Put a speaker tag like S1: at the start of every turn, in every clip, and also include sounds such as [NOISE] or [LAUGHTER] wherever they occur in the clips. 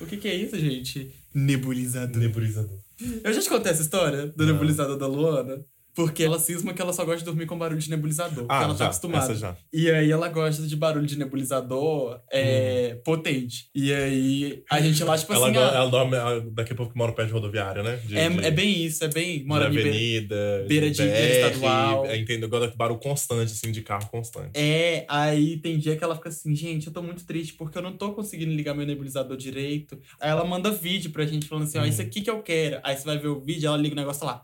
S1: O que, que é isso, gente? Nebulizador.
S2: Nebulizador.
S1: Eu já te contei essa história do
S2: Não.
S1: nebulizador da Luana. Porque ela cisma que ela só gosta de dormir com barulho de nebulizador. porque
S2: Ah,
S1: ela
S2: já,
S1: tá acostumada.
S2: essa já.
S1: E aí ela gosta de barulho de nebulizador é, potente. E aí a gente lá, tipo
S2: Hum. ela,
S1: assim.
S2: go-
S1: ah,
S2: ela dorme ela- daqui a pouco mora perto de rodoviária, né? De, de-
S1: é, é bem isso, é bem. Mora
S2: de
S1: em Iber-
S2: avenida,
S1: beira de
S2: BR,
S1: estadual.
S2: é, Entendeu? Gosta de barulho constante, assim, de carro constante.
S1: É, aí tem dia que ela fica assim, gente, eu tô muito triste porque eu não tô conseguindo ligar meu nebulizador direito. Aí ela manda vídeo pra gente falando assim, ó,
S2: Hum.
S1: isso aqui que eu quero. Aí você vai ver o vídeo, ela liga o negócio lá.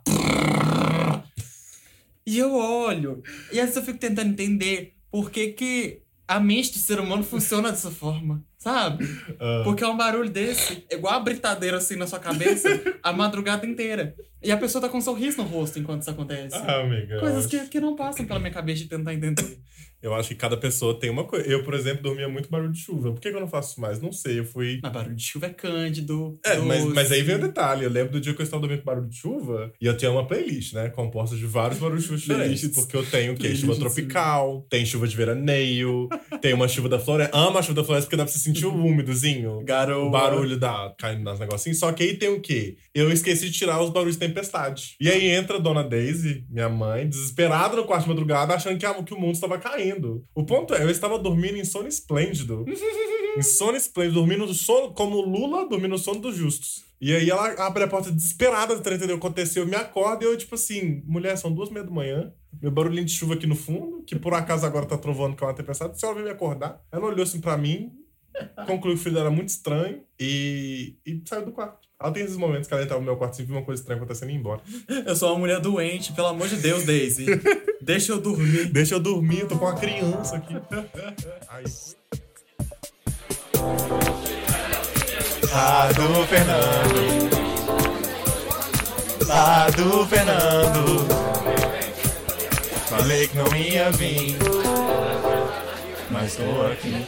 S1: E eu olho. E aí eu fico tentando entender por que que a mente do ser humano funciona dessa forma, sabe?
S2: Ah,
S1: Porque é um barulho desse, é igual a britadeira assim na sua cabeça, a madrugada inteira. E a pessoa tá com um sorriso no rosto enquanto isso acontece.
S2: ah, amiga. eu
S1: Coisas
S2: acho-
S1: que, que não passam pela minha cabeça de tentar entender.
S2: Eu acho que cada pessoa tem uma coisa. Eu, por exemplo, dormia muito barulho de chuva. Por que que eu não faço mais? Não sei, eu fui...
S1: Mas barulho de chuva é cândido.
S2: É, mas,
S1: doce.
S2: mas aí vem o detalhe. Eu lembro do dia que eu estava dormindo com barulho de chuva e eu tinha uma playlist, né? Composta de vários barulhos de chuva diferentes.
S1: Playlists.
S2: Porque eu tenho o quê?
S1: Playlists.
S2: Chuva tropical, tem chuva de veraneio, tem uma chuva da floresta. Amo a chuva da floresta porque dá pra você sentir o úmidozinho.
S1: Garoa.
S2: O barulho da caindo nas negocinhos. Só que aí tem o quê? Eu esqueci de tirar os barulhos de tempestade. E aí entra a dona Daisy, minha mãe, desesperada no quarto de madrugada, achando que, a- que o mundo estava caindo. O ponto é, eu estava dormindo em sono esplêndido. em sono esplêndido, dormindo no sono, como Lula dormindo no sono dos justos. E aí ela abre a porta desesperada, tá entendeu? Aconteceu, me acorda e eu, tipo assim, mulher, são duas e meia da manhã. Meu barulhinho de chuva aqui no fundo, que por acaso agora tá trovando que é uma tempestade. A senhora veio me acordar. Ela olhou assim pra mim, concluiu que o filho dela era muito estranho e, e saiu do quarto. Ela tem esses momentos que ela entrava no meu quarto e viu uma coisa estranha acontecendo e ia embora.
S1: Eu sou uma mulher doente, pelo amor de Deus,
S2: [LAUGHS]
S1: Daisy. Deixa eu dormir.
S2: Deixa eu dormir, eu tô com uma criança aqui. [LAUGHS] Aí.
S3: Lá do Fernando. Lá do Fernando. Falei que não ia vir. Mas tô aqui.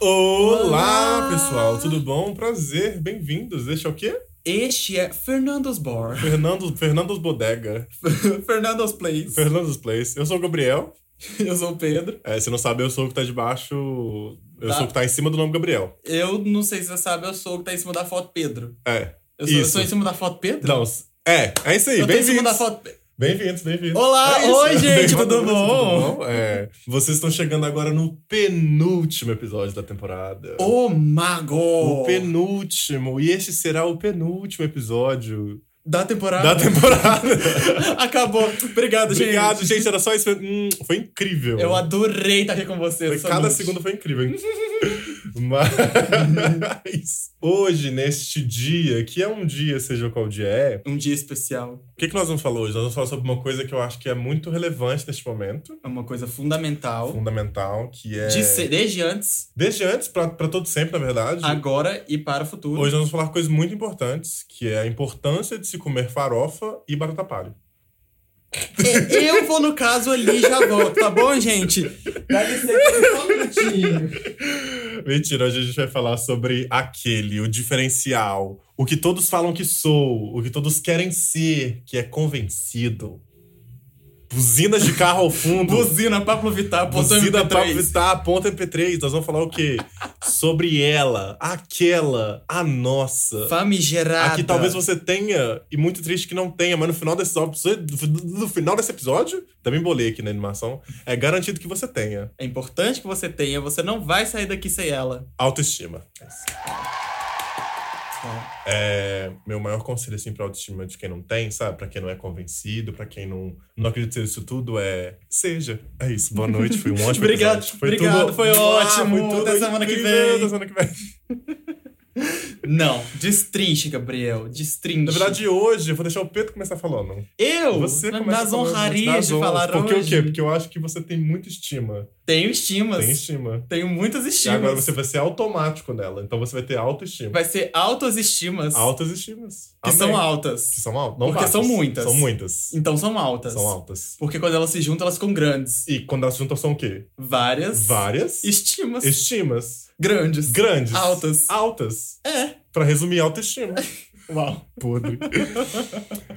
S2: Olá, pessoal, tudo bom? Prazer, bem-vindos. Este é o quê?
S1: Este é Fernando's Bar. [LAUGHS]
S2: Fernandos, Fernandos Bodega,
S1: Fernando's Place.
S2: Fernandos Place. Eu sou o Gabriel.
S1: Eu sou o Pedro.
S2: É, se não sabe, eu sou o que tá debaixo. Eu
S1: Tá.
S2: sou o que tá em cima do nome Gabriel.
S1: Eu não sei se você sabe, eu sou o que tá em cima da foto Pedro.
S2: É.
S1: Eu sou, eu
S2: Isso.
S1: sou em cima da foto Pedro?
S2: Não, é, é isso aí.
S1: Eu tô em cima da
S2: Bem-vindos.
S1: foto.
S2: Bem-vindos, bem-vindos.
S1: Olá,
S2: isso.
S1: oi, gente,
S2: Bem-vindos,
S1: tudo bom?
S2: Tudo bom? É, vocês estão chegando agora no penúltimo episódio da temporada.
S1: Ô, mago!
S2: O penúltimo. E este será o penúltimo episódio
S1: Da temporada.
S2: da temporada.
S1: [LAUGHS] Acabou. Obrigado, gente.
S2: Obrigado, gente. Era só isso. Hum, foi incrível.
S1: Eu adorei estar aqui com vocês.
S2: Foi-
S1: essa
S2: Cada
S1: noite.
S2: segundo foi incrível.
S1: [LAUGHS]
S2: hein? Mas hoje, neste dia, que é um dia, seja qual dia é,
S1: Um dia especial.
S2: o que, que nós vamos falar hoje? Nós vamos falar sobre uma coisa que eu acho que é muito relevante neste momento,
S1: É uma coisa fundamental.
S2: fundamental, que é.
S1: De ser, desde antes
S2: Desde antes, pra, pra todo sempre, na verdade.
S1: agora e para o futuro.
S2: Hoje nós vamos falar coisas muito importantes, que é a importância de se comer farofa e batata palha.
S1: É, Eu vou no caso ali e já volto, tá bom, gente? Dá licença só um minutinho.
S2: Mentira, hoje a gente vai falar sobre aquele, o diferencial, o que todos falam que sou, o que todos querem ser, que é convencido. Buzinas de carro ao fundo.
S1: Buzina, Pablo Vittar, botão
S2: Buzina pra
S1: MP3.
S2: avistar, ponta MP3. Nós vamos falar o quê? Sobre ela, aquela, a nossa.
S1: Famigerada.
S2: Aqui talvez você tenha, e muito triste que não tenha, mas no final desse episódio, no final desse episódio, também bolei aqui na animação, é garantido que você tenha
S1: É importante que você tenha, você não vai sair daqui sem ela.
S2: autoestima. É, meu maior conselho assim pra autoestima de quem não tem, sabe? Pra quem não é convencido, pra quem não, não acredita nisso tudo, é seja. É isso. Boa noite, foi um
S1: [LAUGHS]
S2: ótimo
S1: Obrigado,
S2: episódio. Foi
S1: obrigado, foi ótimo. Até semana que
S2: incrível,
S1: vem.
S2: Até semana que vem.
S1: Não, destrinche, Gabriel, destrinche.
S2: Na verdade, hoje eu vou deixar o Pedro começar falando.
S1: eu,
S2: Você
S1: na-
S2: começa
S1: nas
S2: falando,
S1: honrarias
S2: nas
S1: de
S2: honras.
S1: falar
S2: Porque
S1: hoje,
S2: o quê? Porque eu acho que você tem muita estima.
S1: tenho estimas,
S2: Tem estima.
S1: tenho muitas
S2: E
S1: estimas.
S2: agora você vai ser automático nela. Então você vai ter autoestima.
S1: Vai ser altas estimas,
S2: Altas estimas.
S1: que
S2: Amém.
S1: são altas.
S2: Que são altas. Não
S1: Porque
S2: baixas.
S1: são muitas.
S2: São muitas.
S1: Então são altas.
S2: São altas.
S1: Porque quando elas se juntam, elas ficam grandes.
S2: E quando elas juntas são o quê?
S1: Várias.
S2: Várias
S1: Estimas.
S2: estimas.
S1: Grandes.
S2: Grandes.
S1: Altas.
S2: Altas.
S1: É.
S2: Pra resumir, autoestima. Uau, [LAUGHS] podre.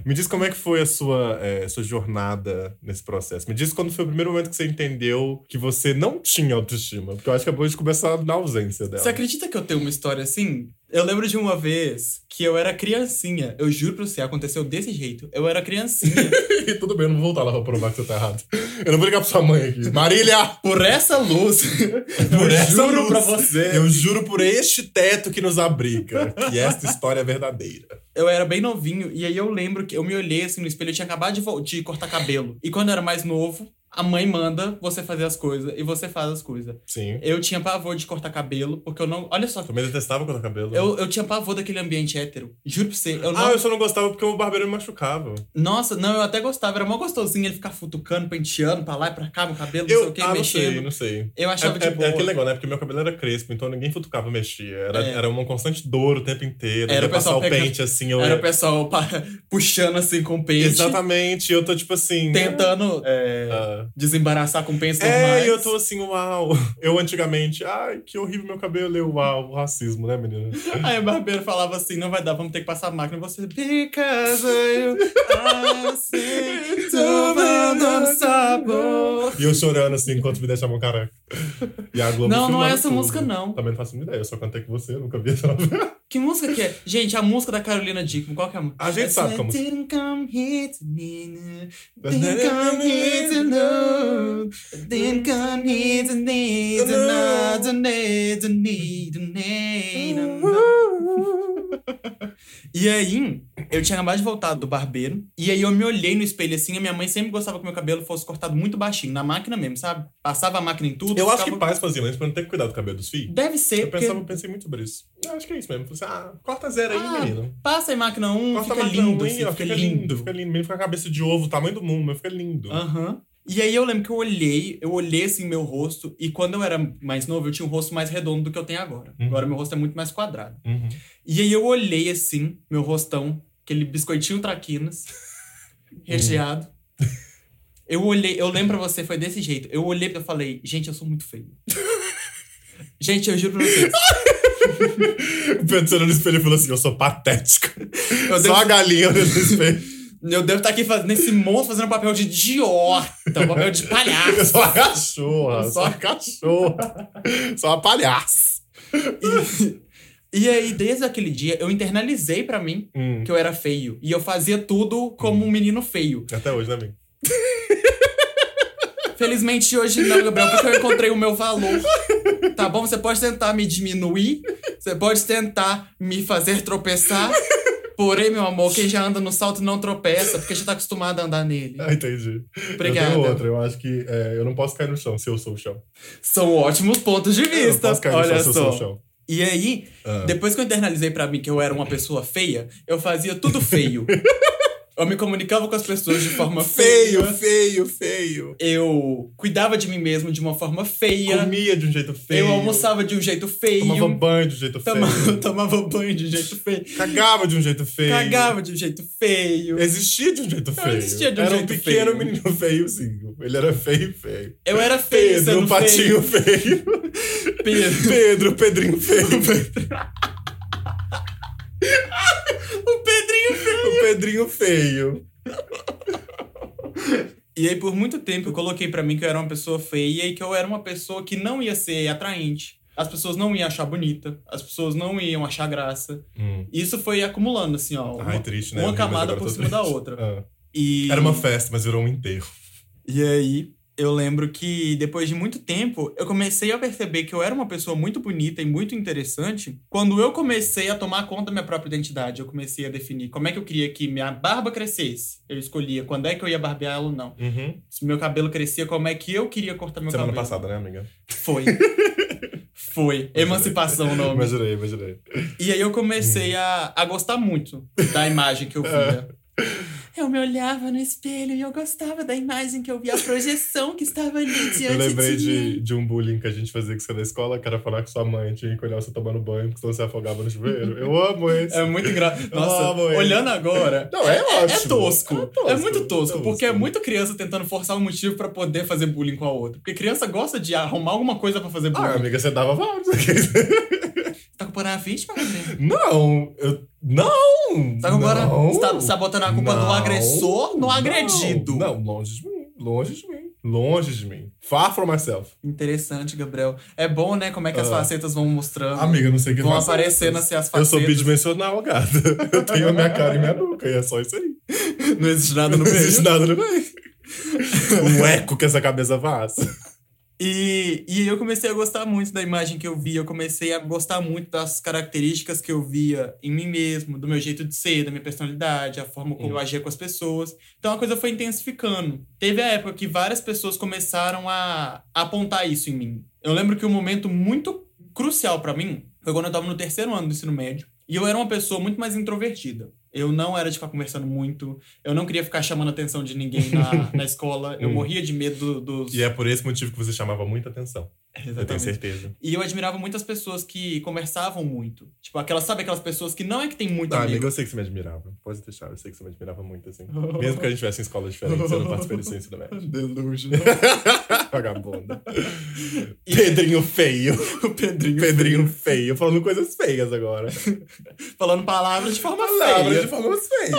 S2: Me diz como é que foi a sua, é, sua jornada nesse processo. Me diz quando foi o primeiro momento que você entendeu que você não tinha autoestima. Porque eu acho que é acabou de começar na ausência dela.
S1: Você acredita que eu tenho uma história assim? Eu lembro de uma vez que eu era criancinha. Eu juro pra você, aconteceu desse jeito. Eu era criancinha.
S2: E Tudo bem, eu não vou voltar lá pra provar que você tá errado. Eu não vou ligar pra sua mãe aqui. [LAUGHS] Marília!
S1: Por essa
S2: [LAUGHS]
S1: luz, eu
S2: Por essa
S1: juro
S2: luz.
S1: pra você.
S2: Eu juro por este teto que nos abriga que esta história é verdadeira.
S1: Eu era bem novinho, e aí eu lembro que eu me olhei assim no espelho, eu tinha acabado de, vol- de cortar cabelo. E quando eu era mais novo, a mãe manda você fazer as coisas, e você faz as coisas.
S2: Sim.
S1: Eu tinha pavor de cortar cabelo, porque eu não. Olha só,
S2: Eu também detestava cortar cabelo.
S1: eu, eu tinha pavor daquele ambiente hétero. Juro pra você. Eu não...
S2: Uhum. Ah, eu só não gostava porque o barbeiro me machucava.
S1: Nossa, não, eu até gostava. Era mó gostosinho ele ficar futucando, penteando pra lá e pra cá, meu cabelo, não sei
S2: Eu,
S1: o que,
S2: ah, não sei,
S1: mexendo.
S2: não sei.
S1: Eu achava
S2: É,
S1: de boa.
S2: é, é aquele negócio, né? Porque meu cabelo era crespo, então ninguém futucava, mexia. Era,
S1: É.
S2: era uma constante dor o tempo inteiro.
S1: Era
S2: Era
S1: o
S2: passar
S1: pessoal
S2: o
S1: pega-
S2: pente assim. Eu...
S1: Era o pessoal pa- [LAUGHS] puxando assim com o pente.
S2: Exatamente. Eu tô tipo assim.
S1: Tentando é,
S2: ah.
S1: desembaraçar com pentes normais.
S2: É, e eu tô assim, uau. Eu antigamente, ai, que horrível meu cabelo. Eu, uau, racismo, né, menina?
S1: Aí o barbeiro falava assim, não vai dar, vamos ter que passar a máquina. Você, because
S2: [LAUGHS]
S1: you are sweet to sabor.
S2: E eu chorando assim enquanto me deixavam careca. E a Globo
S1: Não, não é
S2: filmando
S1: essa
S2: tudo.
S1: música, não.
S2: Também não faço ideia, eu só cantei com você, eu nunca vi essa novela.
S1: Que música que é? Gente, a música da Carolina Dickman, qual que é a música?
S2: A gente sabe qual a música.
S1: Didn't come here to me, no. Didn't
S2: é,
S1: come here to know. Didn't come here to need, to know, to need, to need, to need, to know. [LAUGHS] E aí, eu tinha acabado de voltar do barbeiro. E aí eu me olhei no espelho assim, a minha mãe sempre gostava que meu cabelo fosse cortado muito baixinho, na máquina mesmo, sabe? Passava a máquina em tudo.
S2: Eu acho que
S1: ficava-
S2: pais faziam isso pra não ter que cuidar do cabelo dos filhos.
S1: Deve ser,
S2: Eu
S1: porque
S2: pensava, pensei muito sobre isso. Eu acho que é isso mesmo. Falei assim, ah, corta zero aí,
S1: Ah,
S2: menino.
S1: passa em máquina 1,
S2: Corta
S1: fica
S2: mais
S1: lindo,
S2: não, hein,
S1: assim,
S2: ó,
S1: fica lindo. Ah.
S2: Fica lindo. Menino fica com a cabeça de ovo, o tamanho do mundo, mas fica lindo.
S1: Aham. E aí eu lembro que eu olhei, eu olhei assim meu rosto, e quando eu era mais novo, eu tinha um rosto mais redondo do que eu tenho agora.
S2: Uhum.
S1: Agora meu rosto é muito mais quadrado.
S2: Uhum.
S1: E aí eu olhei assim, meu rostão, aquele biscoitinho
S2: [LAUGHS]
S1: traquinas, recheado. Eu olhei, eu lembro pra você, foi desse jeito. Eu olhei e eu falei, gente, eu sou muito feio. [LAUGHS] gente, eu juro pra vocês.
S2: Pensando no espelho, eu falei assim, eu sou patética.
S1: Eu
S2: Só
S1: devo,
S2: a galinha no espelho.
S1: eu devo estar aqui fazendo, nesse monstro fazendo um papel de idiota, um papel de
S2: [LAUGHS]
S1: palhaço.
S2: Eu sou a cachorra.
S1: Eu
S2: Só
S1: sou
S2: a cachorra. Sou a palhaça.
S1: E aí, desde aquele dia, eu internalizei pra mim
S2: Hum.
S1: que eu era feio. E eu fazia tudo como um menino feio.
S2: Até hoje, né, amigo?
S1: Felizmente, hoje não, Gabriel, porque eu encontrei o meu valor. Tá bom? Você pode tentar me diminuir, você pode tentar me fazer tropeçar. Porém, meu amor, quem já anda no salto não tropeça, porque já tá acostumado a andar nele.
S2: Ah, entendi. Eu
S1: Obrigada.
S2: tenho outra. Eu acho que é, eu não posso cair no chão se eu sou o chão.
S1: São ótimos pontos de
S2: Eu não
S1: vista.
S2: posso cair no
S1: Olha
S2: chão se eu sou o
S1: só.
S2: chão.
S1: E aí,
S2: Ah.
S1: Depois que eu internalizei pra mim que eu era uma pessoa feia, eu fazia tudo
S2: [LAUGHS]
S1: feio. eu me comunicava com as pessoas de forma feia.
S2: feio, feio.
S1: Eu cuidava de mim mesmo de uma forma feia.
S2: Comia de um jeito feio.
S1: Eu almoçava de um jeito feio.
S2: Tomava banho de um jeito
S1: Toma- [LAUGHS]
S2: feio.
S1: tomava banho de um jeito feio.
S2: Cagava de um jeito feio.
S1: Cagava de um jeito feito.
S2: Existia de um jeito feio.
S1: existia de um
S2: era
S1: jeito
S2: um pequeno
S1: feio.
S2: menino feiozinho. Ele era feio, feio.
S1: Eu era feio,
S2: Pedro,
S1: sendo
S2: um [LAUGHS] patinho feio.
S1: feio. Pedro.
S2: Pedro,
S1: [LAUGHS]
S2: Pedrinho feio.
S1: O Pedrinho feio.
S2: o Pedrinho feio.
S1: E aí, por muito tempo, eu coloquei pra mim que eu era uma pessoa feia e que eu era uma pessoa que não ia ser atraente. As pessoas não iam achar bonita, as pessoas não iam achar graça. Isso foi acumulando, assim, ó.
S2: Ai, triste, né?
S1: Hum. uma
S2: Eu ri, mas
S1: camada
S2: agora
S1: por
S2: eu tô
S1: cima da
S2: triste.
S1: outra.
S2: Ah.
S1: E...
S2: Era uma festa, mas virou um enterro.
S1: E aí, eu lembro que depois de muito tempo, eu comecei a perceber que eu era uma pessoa muito bonita e muito interessante quando eu comecei a tomar conta da minha própria identidade. Eu comecei a definir como é que eu queria que minha barba crescesse. Eu escolhia quando é que eu ia barbear ou não. Se meu cabelo crescia, como é que eu queria cortar meu
S2: Semana
S1: cabelo.
S2: passada, né, amiga? [LAUGHS]
S1: Foi. Foi. Emancipação o nome.
S2: Imaginei, imaginei.
S1: E aí eu comecei a, a gostar muito
S2: [LAUGHS]
S1: da imagem que eu via.
S2: É.
S1: Eu me olhava no espelho e eu gostava da imagem que eu via, a projeção que estava ali diante
S2: [LAUGHS] Eu lembrei
S1: de mim.
S2: de, de um bullying que a gente fazia com você na escola, que era falar que sua mãe tinha que olhar você tomando banho, porque senão você afogava no chuveiro. Eu amo esse.
S1: É muito engraçado. Nossa,
S2: amo ele.
S1: olhando agora.
S2: [LAUGHS] Não, é ótimo.
S1: É tosco. É, muito tosco, porque é
S2: tosco.
S1: muito criança tentando forçar um motivo pra poder fazer bullying com a outra. Porque criança gosta de arrumar alguma coisa pra fazer
S2: Ah,
S1: bullying.
S2: amiga, você dava vários.
S1: tá com culpa na vítima, meu filho?
S2: [LAUGHS] Não, eu. Não!
S1: Tá agora
S2: não,
S1: você tá, você tá botando a culpa do
S2: não,
S1: agressor no
S2: não,
S1: agredido.
S2: Não, longe de mim. Longe de mim. Longe de mim. Far from myself.
S1: Interessante, Gabriel. É bom, né? Como é que as
S2: Ah.
S1: facetas vão mostrando.
S2: Amiga, não sei o que
S1: vão
S2: faço.
S1: aparecendo assim as
S2: Eu
S1: facetas.
S2: sou bidimensional, gata. [LAUGHS] Eu tenho a minha cara e minha nuca, e é só isso aí.
S1: Não existe
S2: [LAUGHS]
S1: nada no
S2: Não
S1: meio.
S2: existe nada no meio. [LAUGHS] Um eco que essa cabeça faz.
S1: E, e eu comecei a gostar muito da imagem que eu via, eu comecei a gostar muito das características que eu via em mim mesmo, do meu jeito de ser, da minha personalidade, a forma
S2: Uhum.
S1: como eu agia com as pessoas. Então a coisa foi intensificando. Teve a época que várias pessoas começaram a, a apontar isso em mim. Eu lembro que um momento muito crucial pra mim foi quando eu tava no terceiro ano do ensino médio. E eu era uma pessoa muito mais introvertida. Eu não era de ficar conversando muito, eu não queria ficar chamando a atenção de ninguém
S2: [LAUGHS]
S1: na, na escola, eu
S2: Hum.
S1: morria de medo dos. É,
S2: E é por esse motivo que você chamava muita atenção. Eu tenho
S1: Exatamente.
S2: certeza.
S1: E eu admirava muitas pessoas que conversavam muito. Tipo, aquelas, sabe aquelas pessoas que não é que tem muito
S2: Ah, amiga,
S1: amigo.
S2: eu sei que você me admirava. Pode deixar, eu sei que você me admirava muito, [LAUGHS] assim. Mesmo que a gente tivesse em escola diferente, você não participou do ciência [LAUGHS] do médio.
S1: Delusional.
S2: [LAUGHS] Vagabunda.
S1: E-
S2: Pedrinho feio.
S1: o Pedrinho.
S2: Pedrinho feio. Falando coisas feias agora.
S1: Falando palavras de forma
S2: Palavras
S1: feia.
S2: de formas [LAUGHS] feias.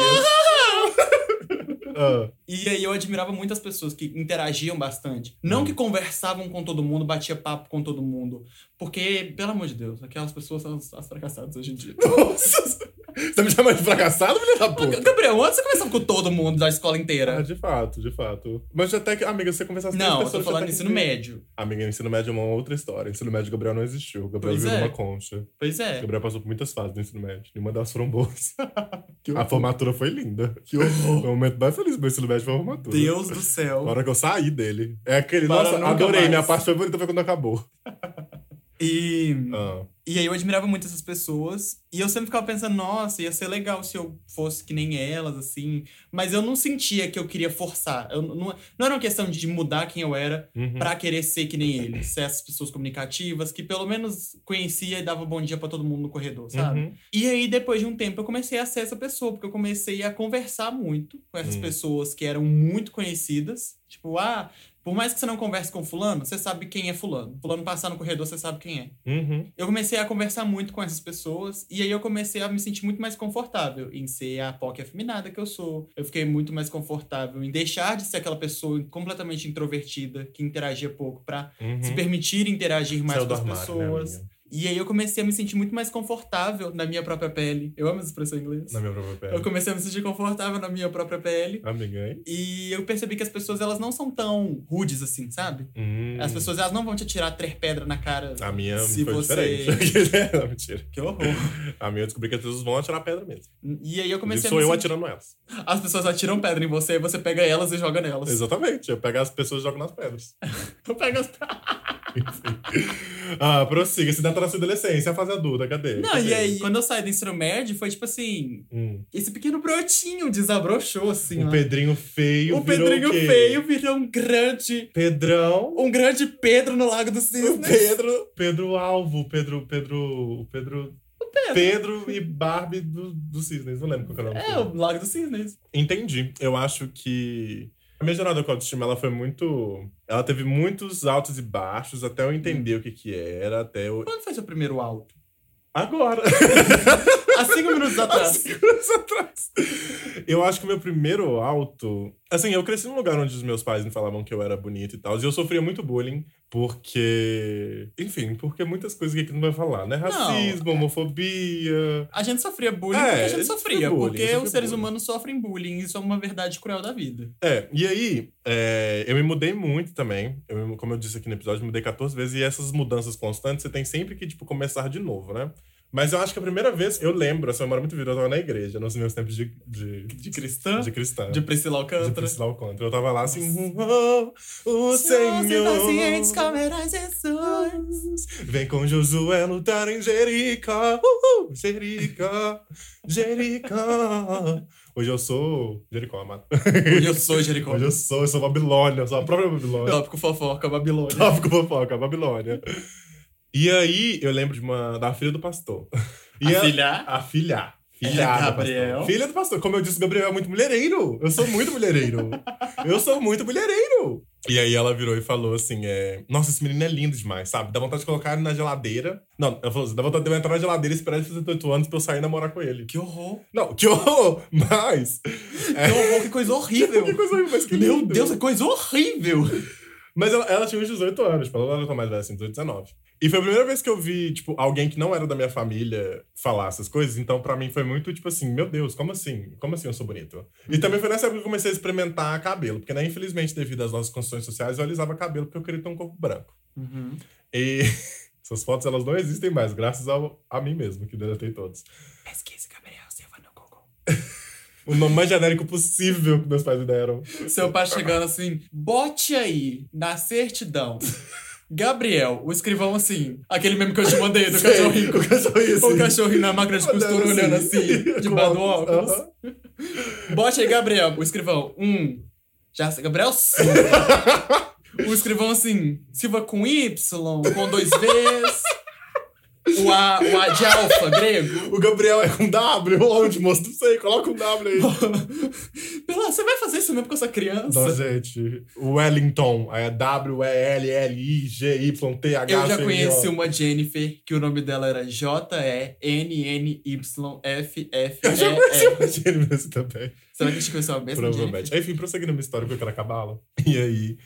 S2: Ah,
S1: E aí eu admirava muitas pessoas que interagiam bastante. Não que conversavam com todo mundo, batia papo com todo mundo. Porque, pelo amor de Deus, aquelas pessoas são as as fracassadas hoje em dia.
S2: Nossa! Você me chama de fracassado, filha da puta?
S1: Gabriel, antes você conversava com todo mundo da escola
S2: Ah,
S1: inteira.
S2: de fato, de fato. Mas até que, amiga, você conversasse com as
S1: Tá. Não, eu
S2: pessoas,
S1: tô
S2: já
S1: falando
S2: tá-
S1: ensino médio.
S2: Amiga, ensino médio é uma outra história. Ensino médio, Gabriel não existiu. Gabriel
S1: Pois
S2: viveu
S1: é.
S2: numa concha.
S1: Pois é.
S2: Gabriel passou por muitas fases do ensino médio. E uma delas foram boas.
S1: [LAUGHS] Que
S2: A
S1: horror.
S2: formatura foi linda.
S1: Que horror.
S2: Foi o momento mais feliz do meu ensino médio foi a formatura.
S1: Deus do
S2: A
S1: céu.
S2: hora que eu saí dele. É aquele,
S1: Para
S2: nossa,
S1: nunca
S2: adorei.
S1: mais.
S2: Minha parte favorita foi quando acabou.
S1: E.
S2: Ah,
S1: E aí eu admirava muito essas pessoas. E eu sempre ficava pensando, nossa, ia ser legal se eu fosse que nem elas, assim. Mas eu não sentia que eu queria forçar. Eu não, não era uma questão de mudar quem eu era
S2: uhum.
S1: pra querer ser que nem eles. Ser essas pessoas comunicativas que pelo menos conhecia e dava bom dia pra todo mundo no corredor, sabe?
S2: Uhum.
S1: E aí, depois de um tempo, eu comecei a ser essa pessoa, porque eu comecei a conversar muito com essas
S2: Hum.
S1: pessoas que eram muito conhecidas. Tipo, ah, por mais que você não converse com fulano, você sabe quem é fulano. Fulano passar no corredor, você sabe quem é
S2: Uhum.
S1: eu comecei a conversar muito com essas pessoas e aí eu comecei a me sentir muito mais confortável em ser a POC afeminada que eu sou. Eu fiquei muito mais confortável em deixar de ser aquela pessoa completamente introvertida que interagia pouco pra
S2: Uhum.
S1: se permitir interagir mais
S2: Saiu
S1: com
S2: do
S1: as
S2: armário, né,
S1: pessoas.
S2: amiga?
S1: e aí eu comecei a me sentir muito mais confortável na minha própria pele. Eu amo essa expressão em inglês.
S2: Na minha própria pele.
S1: Eu comecei a me sentir confortável na minha própria pele
S2: Amiga, hein?
S1: e eu percebi que as pessoas elas não são tão rudes assim, sabe?
S2: Hum. Ah.
S1: As pessoas elas não vão te atirar três pedras na cara.
S2: A minha
S1: Se
S2: foi
S1: você-
S2: diferente. [LAUGHS] não, mentira.
S1: Que horror.
S2: A minha eu descobri que as pessoas vão atirar pedra mesmo.
S1: E aí eu comecei
S2: Inclusive, sou
S1: a me
S2: eu
S1: sentir
S2: atirando elas.
S1: As pessoas atiram pedra em você, aí você pega elas e joga nelas.
S2: Exatamente. Eu pego as pessoas e jogo nas pedras.
S1: Eu pego as...
S2: ah, prossiga. Se dá tá na sua adolescência, a fase adulta, cadê?
S1: Não,
S2: Cadê?
S1: e aí, quando eu saí do ensino médio, foi tipo assim:
S2: Hum.
S1: esse pequeno brotinho desabrochou, assim.
S2: Um
S1: ó.
S2: Pedrinho feio.
S1: O
S2: virou
S1: Um Pedrinho
S2: o quê?
S1: feio virou um grande.
S2: Pedrão.
S1: Um grande Pedro no Lago do
S2: O
S1: Cisne.
S2: Pedro. Pedro Alvo. Pedro. Pedro. o Pedro. Pedro e Barbie do, do Cisnes. Não lembro qual que era o nome.
S1: É, o Lago do Cisne.
S2: Entendi. Eu acho que a minha jornada com a autoestima, ela foi muito... Ela teve muitos altos e baixos até eu entender
S1: Hum.
S2: o que que era, até eu...
S1: Quando foi seu primeiro alto?
S2: Agora!
S1: Há cinco minutos
S2: Há
S1: atrás.
S2: cinco anos atrás. Eu acho que o meu primeiro alto... Assim, eu cresci num lugar onde os meus pais me falavam que eu era bonito e tal. E eu sofria muito bullying. Porque, enfim, porque muitas coisas que aqui não vai falar, né? Racismo, homofobia.
S1: A gente sofria bullying
S2: É,
S1: porque a
S2: a
S1: gente
S2: gente
S1: sofria.
S2: sofria bullying,
S1: porque
S2: sofria
S1: os seres
S2: bullying.
S1: humanos sofrem bullying. Isso é uma verdade cruel da vida.
S2: É, e aí, é, eu me mudei muito também. Eu, me- como eu disse aqui no episódio, me mudei 14 vezes. E essas mudanças constantes, você tem sempre que, tipo, começar de novo, né? Mas eu acho que a primeira vez, eu lembro, essa memória é muito viva, eu tava na igreja, nos meus tempos de, de,
S1: De cristã,
S2: de cristã.
S1: de Priscila
S2: de
S1: Alcântara.
S2: Priscila Alcântara. Eu tava lá assim, "Oh, o
S1: Sem pacientes,
S2: Senhor
S1: comerás
S2: [LAUGHS]
S1: Jesus.
S2: vem com Josué lutar em Jericó, Uhul, Jericó, Jericó. Hoje eu sou Jericó, amado.
S1: Hoje eu sou Jericó.
S2: Hoje eu sou, eu sou Babilônia, eu sou a própria Babilônia.
S1: Tópico fofoca, Babilônia.
S2: Tópico fofoca, Babilônia. E aí, eu lembro de uma, da filha do pastor. E
S1: A filha? é
S2: A filha. Filha do
S1: Gabriel.
S2: pastor. Filha do pastor. Como eu disse, o Gabriel é muito mulhereiro. Eu sou muito mulhereiro. eu sou muito mulhereiro. E aí ela virou e falou assim: é, Nossa, esse menino é lindo demais, sabe? Dá vontade de colocar ele na geladeira. Não, ela falou assim: dá vontade de eu entrar na geladeira e esperar ele fazer 18 anos pra eu sair e namorar com ele.
S1: Que horror.
S2: Não, que horror! Mas.
S1: Que horror, que coisa horrível.
S2: [LAUGHS] Que coisa horrível, mas que
S1: Meu
S2: lindo.
S1: Deus, que coisa horrível.
S2: Mas ela, ela tinha uns 18 anos, tipo, ela não tá mais velha assim, 18, 19. E foi a primeira vez que eu vi, tipo, alguém que não era da minha família falar essas coisas. Então, pra mim, foi muito, tipo assim, meu Deus, como assim? Como assim eu sou bonito? E também foi nessa época que eu comecei a experimentar cabelo. Porque, né, infelizmente, devido às nossas condições sociais, eu alisava cabelo porque eu queria ter um corpo branco.
S1: Uhum.
S2: E [LAUGHS] essas fotos, elas não existem mais, graças ao, a mim mesmo, que deletei todos.
S1: Pesquise Gabriel Silva no Google.
S2: O nome mais genérico possível que meus pais me deram.
S1: Seu pai chegando assim, bote aí, na certidão. Gabriel, o escrivão assim, aquele mesmo que eu te mandei do cachorrinho.
S2: [LAUGHS] O cachorrinho,
S1: O
S2: sim.
S1: cachorrinho na máquina de costura
S2: Mandando
S1: olhando assim, [LAUGHS] de
S2: com
S1: do óculos.
S2: Aham.
S1: Bote aí, Gabriel, o escrivão. Um. Já sei, Gabriel Silva. o escrivão assim, Silva com Y, com dois Vs. O A, o A de alfa, grego.
S2: O Gabriel é com W? Onde, moço? Não sei, coloca um W aí.
S1: Pela, você vai fazer isso mesmo com essa criança?
S2: Nossa, gente. O Wellington. É W-E-L-L-I-G-Y-T-H.
S1: Eu já conheci um uma Jennifer que o nome dela era J-E-N-N-Y-F-F.
S2: [LAUGHS] Eu já conheci uma Jennifer também.
S1: Será que a gente conheceu a mesma?
S2: Provavelmente. Enfim, prosseguindo a minha história, porque eu quero acabá-la. E aí,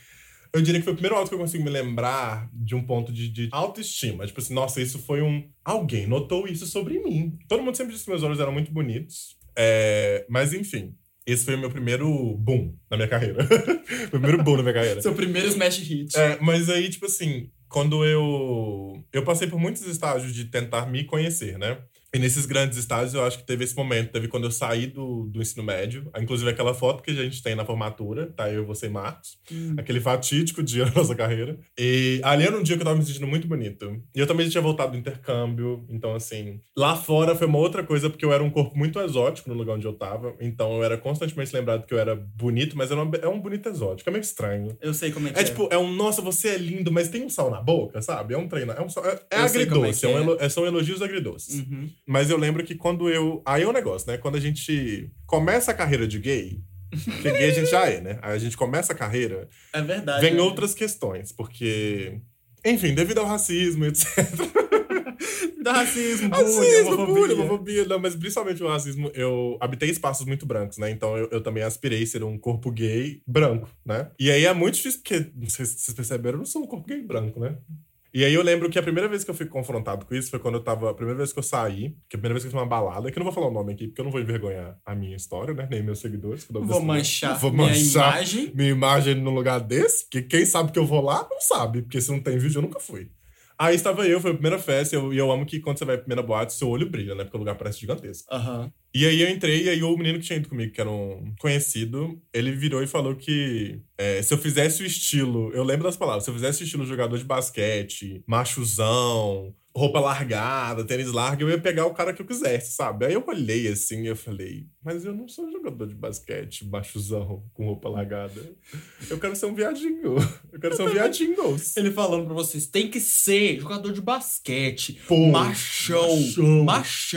S2: eu diria que foi o primeiro áudio que eu consigo me lembrar de um ponto de, de autoestima. Tipo assim, nossa, isso foi um... Alguém notou isso sobre mim. Todo mundo sempre disse que meus olhos eram muito bonitos. É, Mas enfim, esse foi o meu primeiro boom na minha carreira. [LAUGHS] Foi o primeiro boom na minha carreira.
S1: Jennifer? Seu primeiro smash hit.
S2: É, mas aí, tipo assim, quando eu. Eu passei por muitos estágios de tentar me conhecer, né? E nesses grandes estágios eu acho que teve esse momento. Teve quando eu saí do, do ensino médio. Ah, Inclusive aquela foto que a gente tem na formatura, tá? Eu, você e Marcos. Aquele fatídico dia [LAUGHS] da nossa carreira. E ali era um dia que eu tava me sentindo muito bonito. E eu também já tinha voltado do intercâmbio. Então, assim, lá fora foi uma outra coisa, porque eu era um corpo muito exótico no lugar onde eu tava. Então eu era constantemente lembrado que eu era bonito, mas era uma- é um bonito exótico. É meio estranho.
S1: Eu sei como é que é.
S2: É tipo, é um, nossa, você é lindo, mas tem um sal na boca, sabe? É um treino. É, um sal, é, é
S1: Eu sei como é
S2: agridoce.
S1: que
S2: é um
S1: é.
S2: elo- é- são elogios agridoces.
S1: Uhum.
S2: Mas eu lembro que quando eu. Aí é um negócio, né? Quando a gente começa a carreira de gay. Porque gay a gente já é, né? Aí a gente começa a carreira,
S1: É verdade.
S2: vem
S1: né?
S2: outras questões, porque. Enfim, devido ao racismo, etc.
S1: [LAUGHS] Da racismo, bullying,
S2: Racismo,
S1: homofobia.
S2: bullying, homofobia. Não, mas principalmente o racismo, eu habitei espaços muito brancos, né? Então eu, eu também aspirei ser um corpo gay branco, né? E aí é muito difícil, porque não sei se vocês perceberam, eu não sou um corpo gay branco, né? E aí eu lembro que a primeira vez que eu fui confrontado com isso foi quando eu tava. A primeira vez que eu saí, que a primeira vez que eu fui uma balada, que eu não vou falar o nome aqui, porque eu não vou envergonhar a minha história, né? Nem meus seguidores. quando eu
S1: Vou
S2: desse-
S1: manchar
S2: Vou
S1: minha
S2: manchar
S1: imagem.
S2: minha imagem num lugar desse, porque quem sabe que eu vou lá não sabe, porque se não tem vídeo eu nunca fui. Aí estava eu, foi a primeira festa, e eu, e eu amo que quando você vai pra primeira boate, seu olho brilha, né? Porque o lugar parece gigantesco.
S1: Aham.
S2: E aí eu entrei, e aí o menino que tinha ido comigo, que era um conhecido, ele virou e falou que é, se eu fizesse o estilo, eu lembro das palavras, se eu fizesse o estilo jogador de basquete, machuzão, roupa largada, tênis largo, eu ia pegar o cara que eu quisesse, sabe? Aí eu olhei assim e eu falei, mas eu não sou jogador de basquete, machuzão, com roupa largada. Eu quero ser um viadinho. Eu quero ser um viadinho.
S1: Ele falando pra vocês, tem que ser jogador de basquete.
S2: Pô,
S1: machão.
S2: machão.
S1: Machão.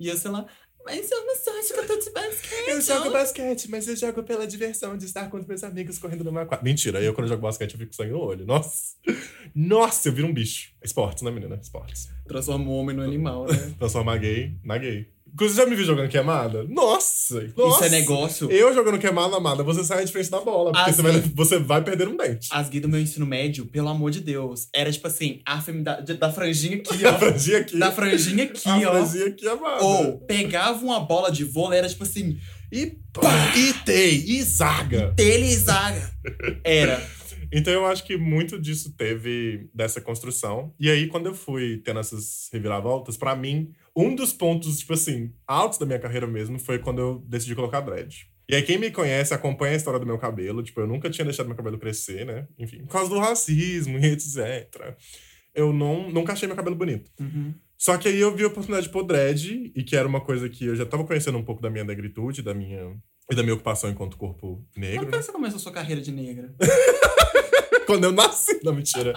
S1: E eu sei lá, mas eu não sou jogador de basquete.
S2: Eu jogo basquete, mas eu jogo pela diversão de estar com os meus amigos correndo numa quadra. Mentira, eu quando eu jogo basquete eu fico com sangue no olho. Nossa! Nossa, eu viro um bicho. Esportes, né, menina? Esportes.
S1: Transforma o homem no animal, né?
S2: Transformar gay na gay. Inclusive, já me viu jogando queimada? Nossa!
S1: Isso
S2: nossa.
S1: é negócio.
S2: Eu jogando queimada, amada, você sai de frente da bola, porque
S1: Ah,
S2: você, vai,
S1: sim.
S2: você vai perder um dente.
S1: As guias do meu ensino médio, pelo amor de Deus, era tipo assim, a femi- da, da franjinha aqui,
S2: [LAUGHS] A
S1: ó.
S2: franjinha aqui.
S1: da franjinha aqui,
S2: a
S1: ó.
S2: franjinha aqui, amada.
S1: Ou pegava uma bola de vôlei, era tipo assim,
S2: E pá! E tem! E zaga!
S1: dele e zaga. Era.
S2: Então eu acho que muito disso teve dessa construção. E aí, quando eu fui tendo essas reviravoltas, pra mim, um dos pontos, tipo assim, altos da minha carreira mesmo foi quando eu decidi colocar dread. E aí, quem me conhece acompanha a história do meu cabelo. Tipo, eu nunca tinha deixado meu cabelo crescer, né? Enfim, por causa do racismo [LAUGHS] e etc. Eu não, nunca achei meu cabelo bonito. Só que aí eu vi a oportunidade de pôr dread, e que era uma coisa que eu já tava conhecendo um pouco da minha negritude, da minha. e da minha ocupação enquanto corpo negro.
S1: Quando foi que você começou a sua carreira de negra?
S2: [LAUGHS] Quando eu nasci. Não, mentira.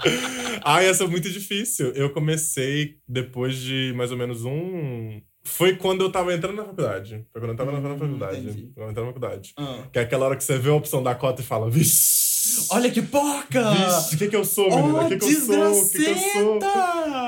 S2: Ai, essa é muito difícil. Eu comecei depois de mais ou menos um, Foi quando eu tava entrando na faculdade. Foi quando eu tava na faculdade.
S1: Hum, entendi.
S2: Quando eu entrei na faculdade.
S1: Ah.
S2: Que é aquela hora que você vê a opção da cota e fala, vixi!
S1: Olha que porca!
S2: Vixe, o que, que eu sou, menina? O
S1: oh,
S2: que, que eu sou? O que, que eu sou?
S1: desgracenta!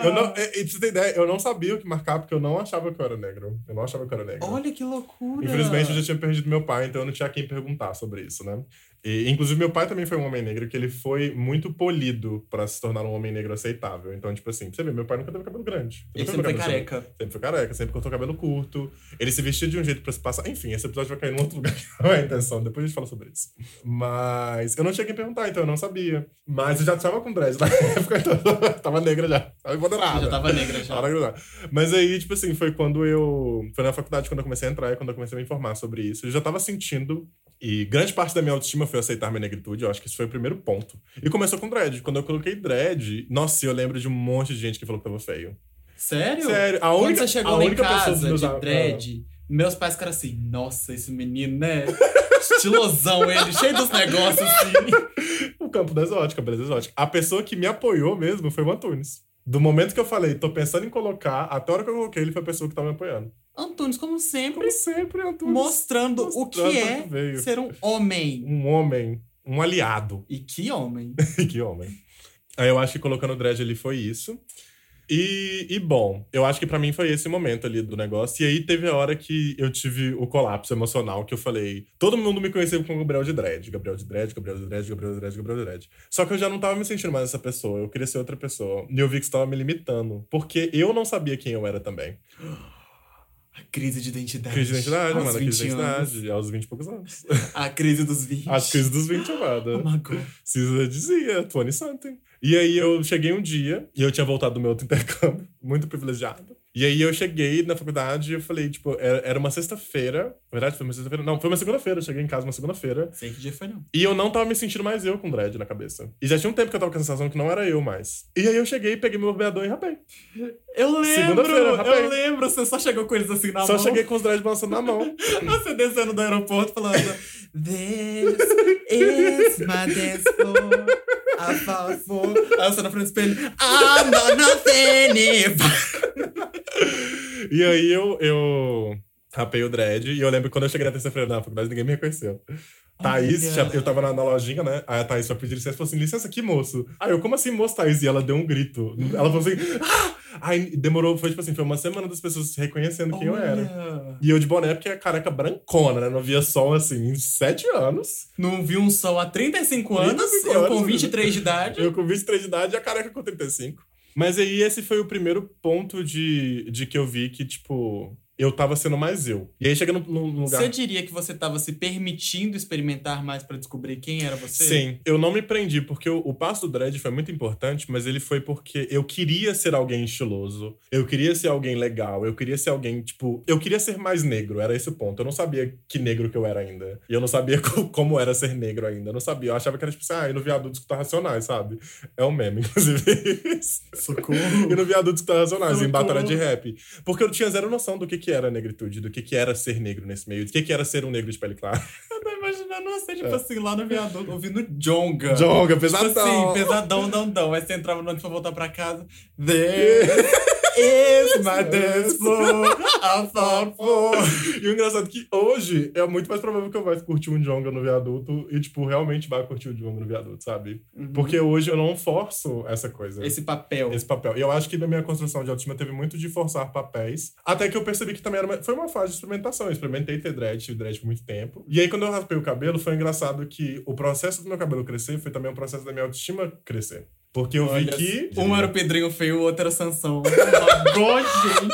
S2: Eu não, é, e, e pra você ter ideia, eu não sabia o que marcar porque eu não achava que eu era negro. Eu não achava que eu era negro.
S1: Olha que loucura!
S2: Infelizmente, eu já tinha perdido meu pai, então eu não tinha quem perguntar sobre isso, né? E, inclusive, meu pai também foi um homem negro, que ele foi muito polido pra se tornar um homem negro aceitável. Então, tipo assim, pra você vê, meu pai nunca teve cabelo grande.
S1: Ele
S2: nunca
S1: sempre foi
S2: teve cabelo grande.
S1: careca.
S2: Sempre foi careca, sempre cortou cabelo curto. Ele se vestia de um jeito pra se passar. Enfim, esse episódio vai cair em outro [LAUGHS] lugar que não é a intenção. Depois a gente fala sobre isso. Mas eu não tinha quem perguntar, então eu não sabia. Mas eu já tava com dread na [LAUGHS] época, então eu tava negra já. Tava empoderada.
S1: Eu já tava negra já.
S2: Tava negra já. Mas aí, tipo assim, foi quando eu. Foi na faculdade quando eu comecei a entrar e quando eu comecei a me informar sobre isso. Eu já tava sentindo. E grande parte da minha autoestima foi aceitar minha negritude, eu acho que isso foi o primeiro ponto. E começou com dread. Quando eu coloquei dread, nossa, eu lembro de um monte de gente que falou que tava feio.
S1: Sério?
S2: Sério, a
S1: Quando
S2: única,
S1: você chegou
S2: a
S1: lá em
S2: única pessoa dos
S1: casa
S2: meus
S1: de
S2: am-
S1: dread, meus pais ficaram assim, nossa, esse menino, né? Estilosão ele, cheio dos negócios, assim.
S2: o campo da exótica, beleza exótica. A pessoa que me apoiou mesmo foi o Antunes. Do momento que eu falei, tô pensando em colocar, até a hora que eu coloquei, ele foi a pessoa que tava me apoiando.
S1: Antunes, como sempre,
S2: Como sempre, Antunes.
S1: mostrando, o que
S2: mostrando
S1: é
S2: que veio.
S1: ser um homem.
S2: Um homem, um aliado. [LAUGHS]
S1: E que homem.
S2: que homem. Aí eu acho que colocando o dread ali foi isso. E, e bom, eu acho que pra mim foi esse momento ali do negócio. E aí teve a hora que eu tive o colapso emocional, que eu falei. Todo mundo me conheceu com o Gabriel de Dread. Gabriel de Dread, Gabriel de Dread, Gabriel de Dread, Gabriel de Dread. Só que eu já não tava me sentindo mais essa pessoa. Eu queria ser outra pessoa. E eu vi que isso tava me limitando. Porque eu não sabia quem eu era também.
S1: A crise de identidade.
S2: Crise de identidade,
S1: Aos
S2: mano. Crise de
S1: 20 anos.
S2: identidade. Aos 20 e poucos anos.
S1: A crise dos 20.
S2: A crise dos 20, amada.
S1: Oh my God.
S2: Cisa dizia, 20 é something. E aí eu cheguei um dia, e eu tinha voltado do meu outro [LAUGHS] intercâmbio, muito privilegiado. E aí eu cheguei na faculdade e eu falei, tipo, era, era uma sexta-feira. Na verdade, foi uma sexta-feira. Não, foi uma segunda-feira. Eu cheguei em casa uma segunda-feira.
S1: Sei que dia foi, não.
S2: E eu não tava me sentindo mais eu com dread na cabeça. E já tinha um tempo que eu tava com a sensação que não era eu mais. E aí eu cheguei, peguei meu barbeador e rapei.
S1: Eu lembro,
S2: Segunda-feira,
S1: eu
S2: rapaz.
S1: lembro. Você só chegou com eles assim na
S2: Só
S1: mão.
S2: cheguei com os dread balançando na mão.
S1: Você descendo do aeroporto falando
S2: [LAUGHS]
S1: This is my dance floor A favor Aí você na frente do espelho I'm not nothing if
S2: E aí eu, eu rapei o dread. E eu lembro que quando eu cheguei na terça-feira na faculdade, ninguém me reconheceu. Thaís,
S1: Olha.
S2: tinha- eu tava na, na lojinha, né? Aí a Thaís foi pedir licença e falou assim: licença aqui, moço. Aí eu, como assim, moço, Thaís? E ela deu um grito. Ela falou assim: ah! Aí demorou, foi tipo assim, foi uma semana das pessoas reconhecendo [LAUGHS] quem eu era.
S1: Olha.
S2: E eu de boné, porque é careca brancona, né? Não via sol assim, em sete anos.
S1: Não vi um sol há 35 anos
S2: 35
S1: Eu com
S2: anos, né?
S1: 23 de idade
S2: Eu com 23 de idade e a careca com 35. Mas aí esse foi o primeiro ponto de, de que eu vi que, tipo, eu tava sendo mais eu. E aí chega num, num Um lugar.
S1: Você diria que você tava se permitindo experimentar mais pra descobrir quem era você?
S2: Sim, eu não me prendi, porque o, o passo do dread foi muito importante, mas ele foi porque eu queria ser alguém estiloso, eu queria ser alguém legal, eu queria ser alguém, tipo, eu queria ser mais negro, era esse o ponto. Eu não sabia que negro que eu era ainda. E eu não sabia [LAUGHS] co- como era ser negro ainda. Eu não sabia. Eu achava que era tipo assim, ah, e no viaduto escutar racionais, sabe? É um meme, [LAUGHS] inclusive. E [LAUGHS]
S1: Socorro
S2: no viaduto escutar racionais, em
S1: Socorro.
S2: batalha de rap. Porque eu tinha zero noção do que, que era negritude, do que, que era ser negro nesse meio, do que, que era ser um negro de pele clara.
S1: Eu tô imaginando você,
S2: É.
S1: tipo assim, lá no viaduto Ouvindo Jonga
S2: [LAUGHS] Jonga,
S1: Tipo
S2: pesadão.
S1: assim, pesadão, dandão. Aí você entrava no ônibus pra voltar pra casa. This is my dance floor. I fall for.
S2: E o engraçado é que hoje é muito mais provável que eu vá curtir um jonga no viaduto e, tipo, realmente vai curtir o jonga no viaduto, sabe? Porque hoje eu não forço essa coisa.
S1: Uhum. Esse papel.
S2: esse papel. E eu acho que na minha construção de autoestima teve muito de forçar papéis. Até que eu percebi que também era uma- foi uma fase de experimentação. Eu experimentei ter dread, tive dread por muito tempo. E aí, quando eu raspei o cabelo, foi engraçado que o processo do meu cabelo crescer foi também um processo da minha autoestima crescer. Porque eu
S1: Olha,
S2: vi que.
S1: Um era o Pedrinho feio, o outro era o Sansão. Agora,
S2: [LAUGHS]
S1: gente.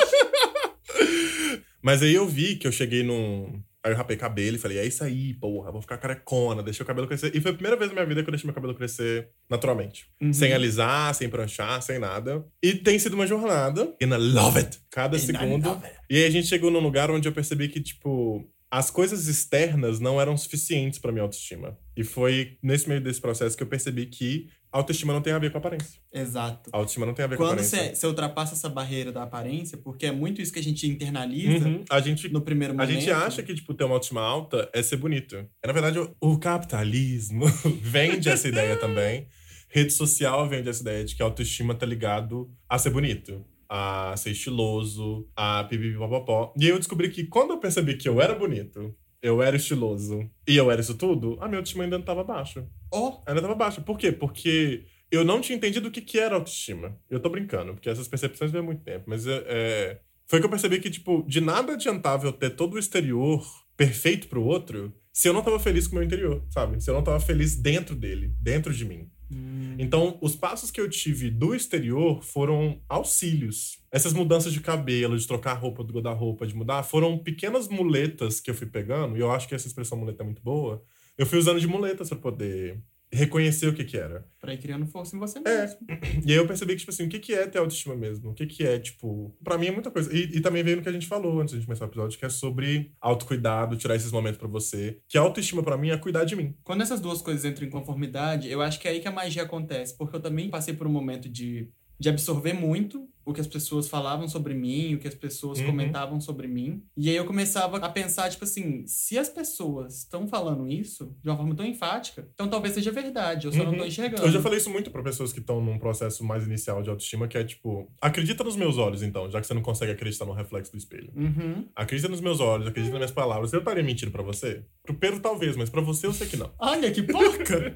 S2: Mas aí eu vi que eu cheguei num. Aí eu rapei cabelo e falei, é isso aí, porra, vou ficar carecona, deixei o cabelo crescer. E foi a primeira vez na minha vida que eu deixei meu cabelo crescer naturalmente.
S1: Uhum.
S2: Sem alisar, sem pranchar, sem nada. E tem sido uma jornada. And I love it. Cada
S1: And I
S2: segundo.
S1: love it.
S2: E aí a gente chegou num lugar onde eu percebi que, tipo, as coisas externas não eram suficientes pra minha autoestima. E foi nesse meio desse processo que eu percebi que autoestima não tem a ver com aparência.
S1: Exato.
S2: Autoestima não tem a ver com
S1: Quando
S2: aparência.
S1: você, é você ultrapassa essa barreira da aparência, porque é muito isso que a gente internaliza
S2: Uhum. A gente
S1: no primeiro
S2: A
S1: momento.
S2: gente acha que, tipo, ter uma autoestima alta é ser bonito. É, na verdade, o, o capitalismo [LAUGHS] vende essa ideia também. Rede social vende essa ideia de que a autoestima tá ligado a ser bonito. a ser estiloso, a pipipipopopó. E eu descobri que quando eu percebi que eu era bonito, eu era estiloso e eu era isso tudo, a minha autoestima ainda não tava baixa.
S1: Oh,
S2: Ainda tava baixa. Por quê? Porque eu não tinha entendido o que, que era autoestima. Eu tô brincando, porque essas percepções vêm há muito tempo. Mas é, é, foi que eu percebi que, tipo, de nada adiantava eu ter todo o exterior perfeito pro outro se eu não tava feliz com o meu interior, sabe? Se eu não tava feliz dentro dele, dentro de mim.
S1: hum,
S2: Então, os passos que eu tive do exterior foram auxílios. Essas mudanças de cabelo, de trocar a roupa do guarda-roupa, de mudar, foram pequenas muletas que eu fui pegando, e eu acho que essa expressão muleta é muito boa. Eu fui usando de muletas pra poder reconhecer o que que era.
S1: pra ir criando força em você
S2: É.
S1: mesmo.
S2: E aí eu percebi que, tipo assim, o que que é ter autoestima mesmo? O que que é, tipo... Pra mim é muita coisa. E, e também veio no que a gente falou antes de a gente começar o episódio, que é sobre autocuidado, tirar esses momentos pra você. Que a autoestima pra mim é cuidar de mim.
S1: Quando essas duas coisas entram em conformidade, eu acho que é aí que a magia acontece. Porque eu também passei por um momento de, de absorver muito o que as pessoas falavam sobre mim, o que as pessoas
S2: Uhum.
S1: comentavam sobre mim. E aí eu começava a pensar, tipo assim, se as pessoas estão falando isso de uma forma tão enfática, então talvez seja verdade, eu só não
S2: Uhum.
S1: tô enxergando.
S2: Eu já falei isso muito pra pessoas que estão num processo mais inicial de autoestima, que é tipo... Acredita nos meus olhos, então, já que você não consegue acreditar no reflexo do espelho.
S1: Uhum.
S2: Acredita nos meus olhos, acredita nas minhas palavras. Eu estaria mentindo pra você? Pro Pedro, talvez, mas pra você eu sei que não.
S1: Olha que
S2: [LAUGHS]
S1: porca!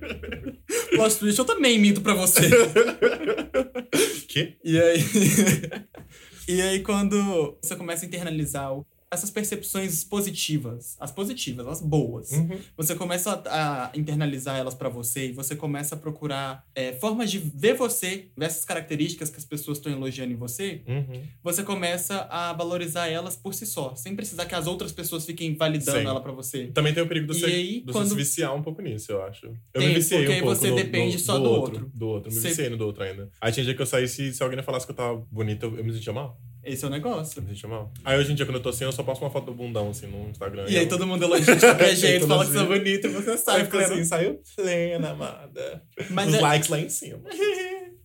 S1: Plot twist, eu também minto pra você.
S2: Que?
S1: E aí. [LAUGHS] e aí, quando você começa a internalizar o- essas percepções positivas, as positivas, as boas,
S2: Uhum.
S1: você começa a, a internalizar elas pra você e você começa a procurar é, formas de ver você, ver essas características que as pessoas estão elogiando em você,
S2: Uhum.
S1: você começa a valorizar elas por si só, sem precisar que as outras pessoas fiquem validando
S2: Sim.
S1: ela pra você.
S2: Também tem o perigo de
S1: E
S2: você,
S1: aí,
S2: de você
S1: quando-
S2: se viciar um pouco nisso, eu acho. Eu
S1: Tem,
S2: me viciei
S1: porque
S2: um
S1: aí
S2: pouco
S1: você
S2: no-
S1: depende
S2: no-
S1: só do outro.
S2: Do outro, eu me
S1: Você-
S2: viciei no do outro ainda. Aí tinha dia que eu saí, se, se alguém falasse que eu tava bonito, eu, eu me sentia mal.
S1: Esse é o
S2: Eu
S1: negócio.
S2: me sentia mal. Aí hoje em dia, quando eu tô assim, eu só posto uma foto do bundão, assim, no Instagram.
S1: E aí
S2: eu- [LAUGHS]
S1: todo mundo elogia de qualquer
S2: Aí
S1: jeito,
S2: todo
S1: fala que
S2: mundo
S1: você é bonito e você
S2: Aí
S1: sai.
S2: eu fico assim, saiu plena, amada.
S1: Mas
S2: Os
S1: é-
S2: likes lá em cima.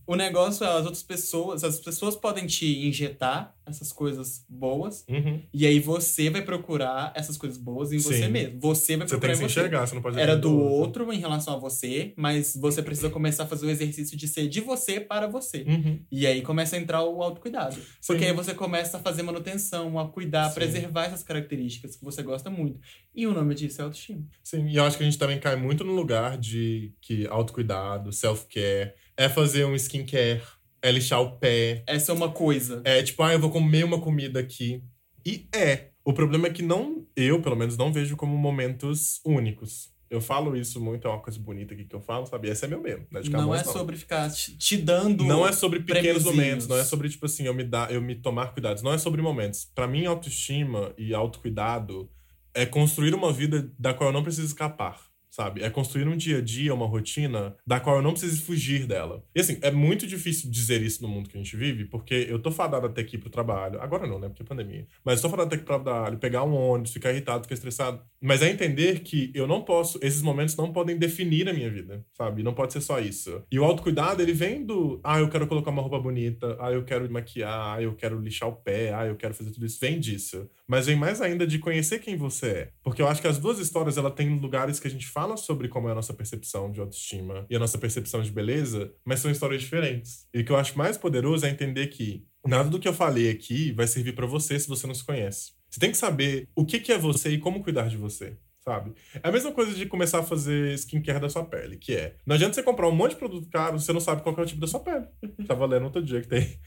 S1: O negócio é as outras pessoas, as pessoas podem te injetar essas coisas boas,
S2: Uhum.
S1: e aí você vai procurar essas coisas boas em você
S2: Sim.
S1: mesmo. Você vai
S2: Você tem
S1: procurar
S2: que se
S1: em você.
S2: enxergar, você não pode
S1: Era
S2: depender
S1: do outro em relação a você, mas você precisa começar a fazer o exercício de ser de você para você.
S2: Uhum.
S1: E aí começa a entrar o autocuidado. Porque aí você começa a fazer manutenção, a cuidar, a
S2: Sim.
S1: preservar essas características que você gosta muito. E o nome disso é autoestima.
S2: Sim, e eu acho que a gente também cai muito no lugar de que autocuidado, self-care, é fazer um skincare, é lixar o pé,
S1: Essa é uma coisa.
S2: é tipo, ah, eu vou comer uma comida aqui. E é. O problema é que não, eu pelo menos não vejo como momentos únicos. Eu falo isso muito, é uma coisa bonita aqui que eu falo, sabe? Esse é meu mesmo, né? De
S1: não
S2: Camões,
S1: é sobre ficar te te dando.
S2: não é sobre pequenos
S1: prêmiozinhos.
S2: momentos, não é sobre, tipo assim, eu me, dar, eu me tomar cuidados. Não é sobre momentos. Pra mim, autoestima e autocuidado é construir uma vida da qual eu não preciso escapar, sabe? É construir um dia a dia, uma rotina da qual eu não preciso fugir dela. E assim, é muito difícil dizer isso no mundo que a gente vive, porque eu tô fadado até aqui pro trabalho. Agora não, né? Porque é pandemia. Mas eu tô fadado até aqui pro trabalho, pegar um ônibus, ficar irritado, ficar estressado. Mas é entender que eu não posso, esses momentos não podem definir a minha vida, sabe? Não pode ser só isso. E o autocuidado, ele vem do, ah, eu quero colocar uma roupa bonita, ah, eu quero me maquiar, ah, eu quero lixar o pé, ah, eu quero fazer tudo isso. Vem disso. Mas vem mais ainda de conhecer quem você é. Porque eu acho que as duas histórias, ela tem lugares que a gente fala sobre como é a nossa percepção de autoestima e a nossa percepção de beleza, mas são histórias diferentes. E o que eu acho mais poderoso é entender que nada do que eu falei aqui vai servir pra você se você não se conhece. Você tem que saber o que que é você e como cuidar de você, sabe? É a mesma coisa de começar a fazer skincare da sua pele, que é. Não adianta você comprar um monte de produto caro, você não sabe qual que é o tipo da sua pele. Tava lendo outro dia que tem.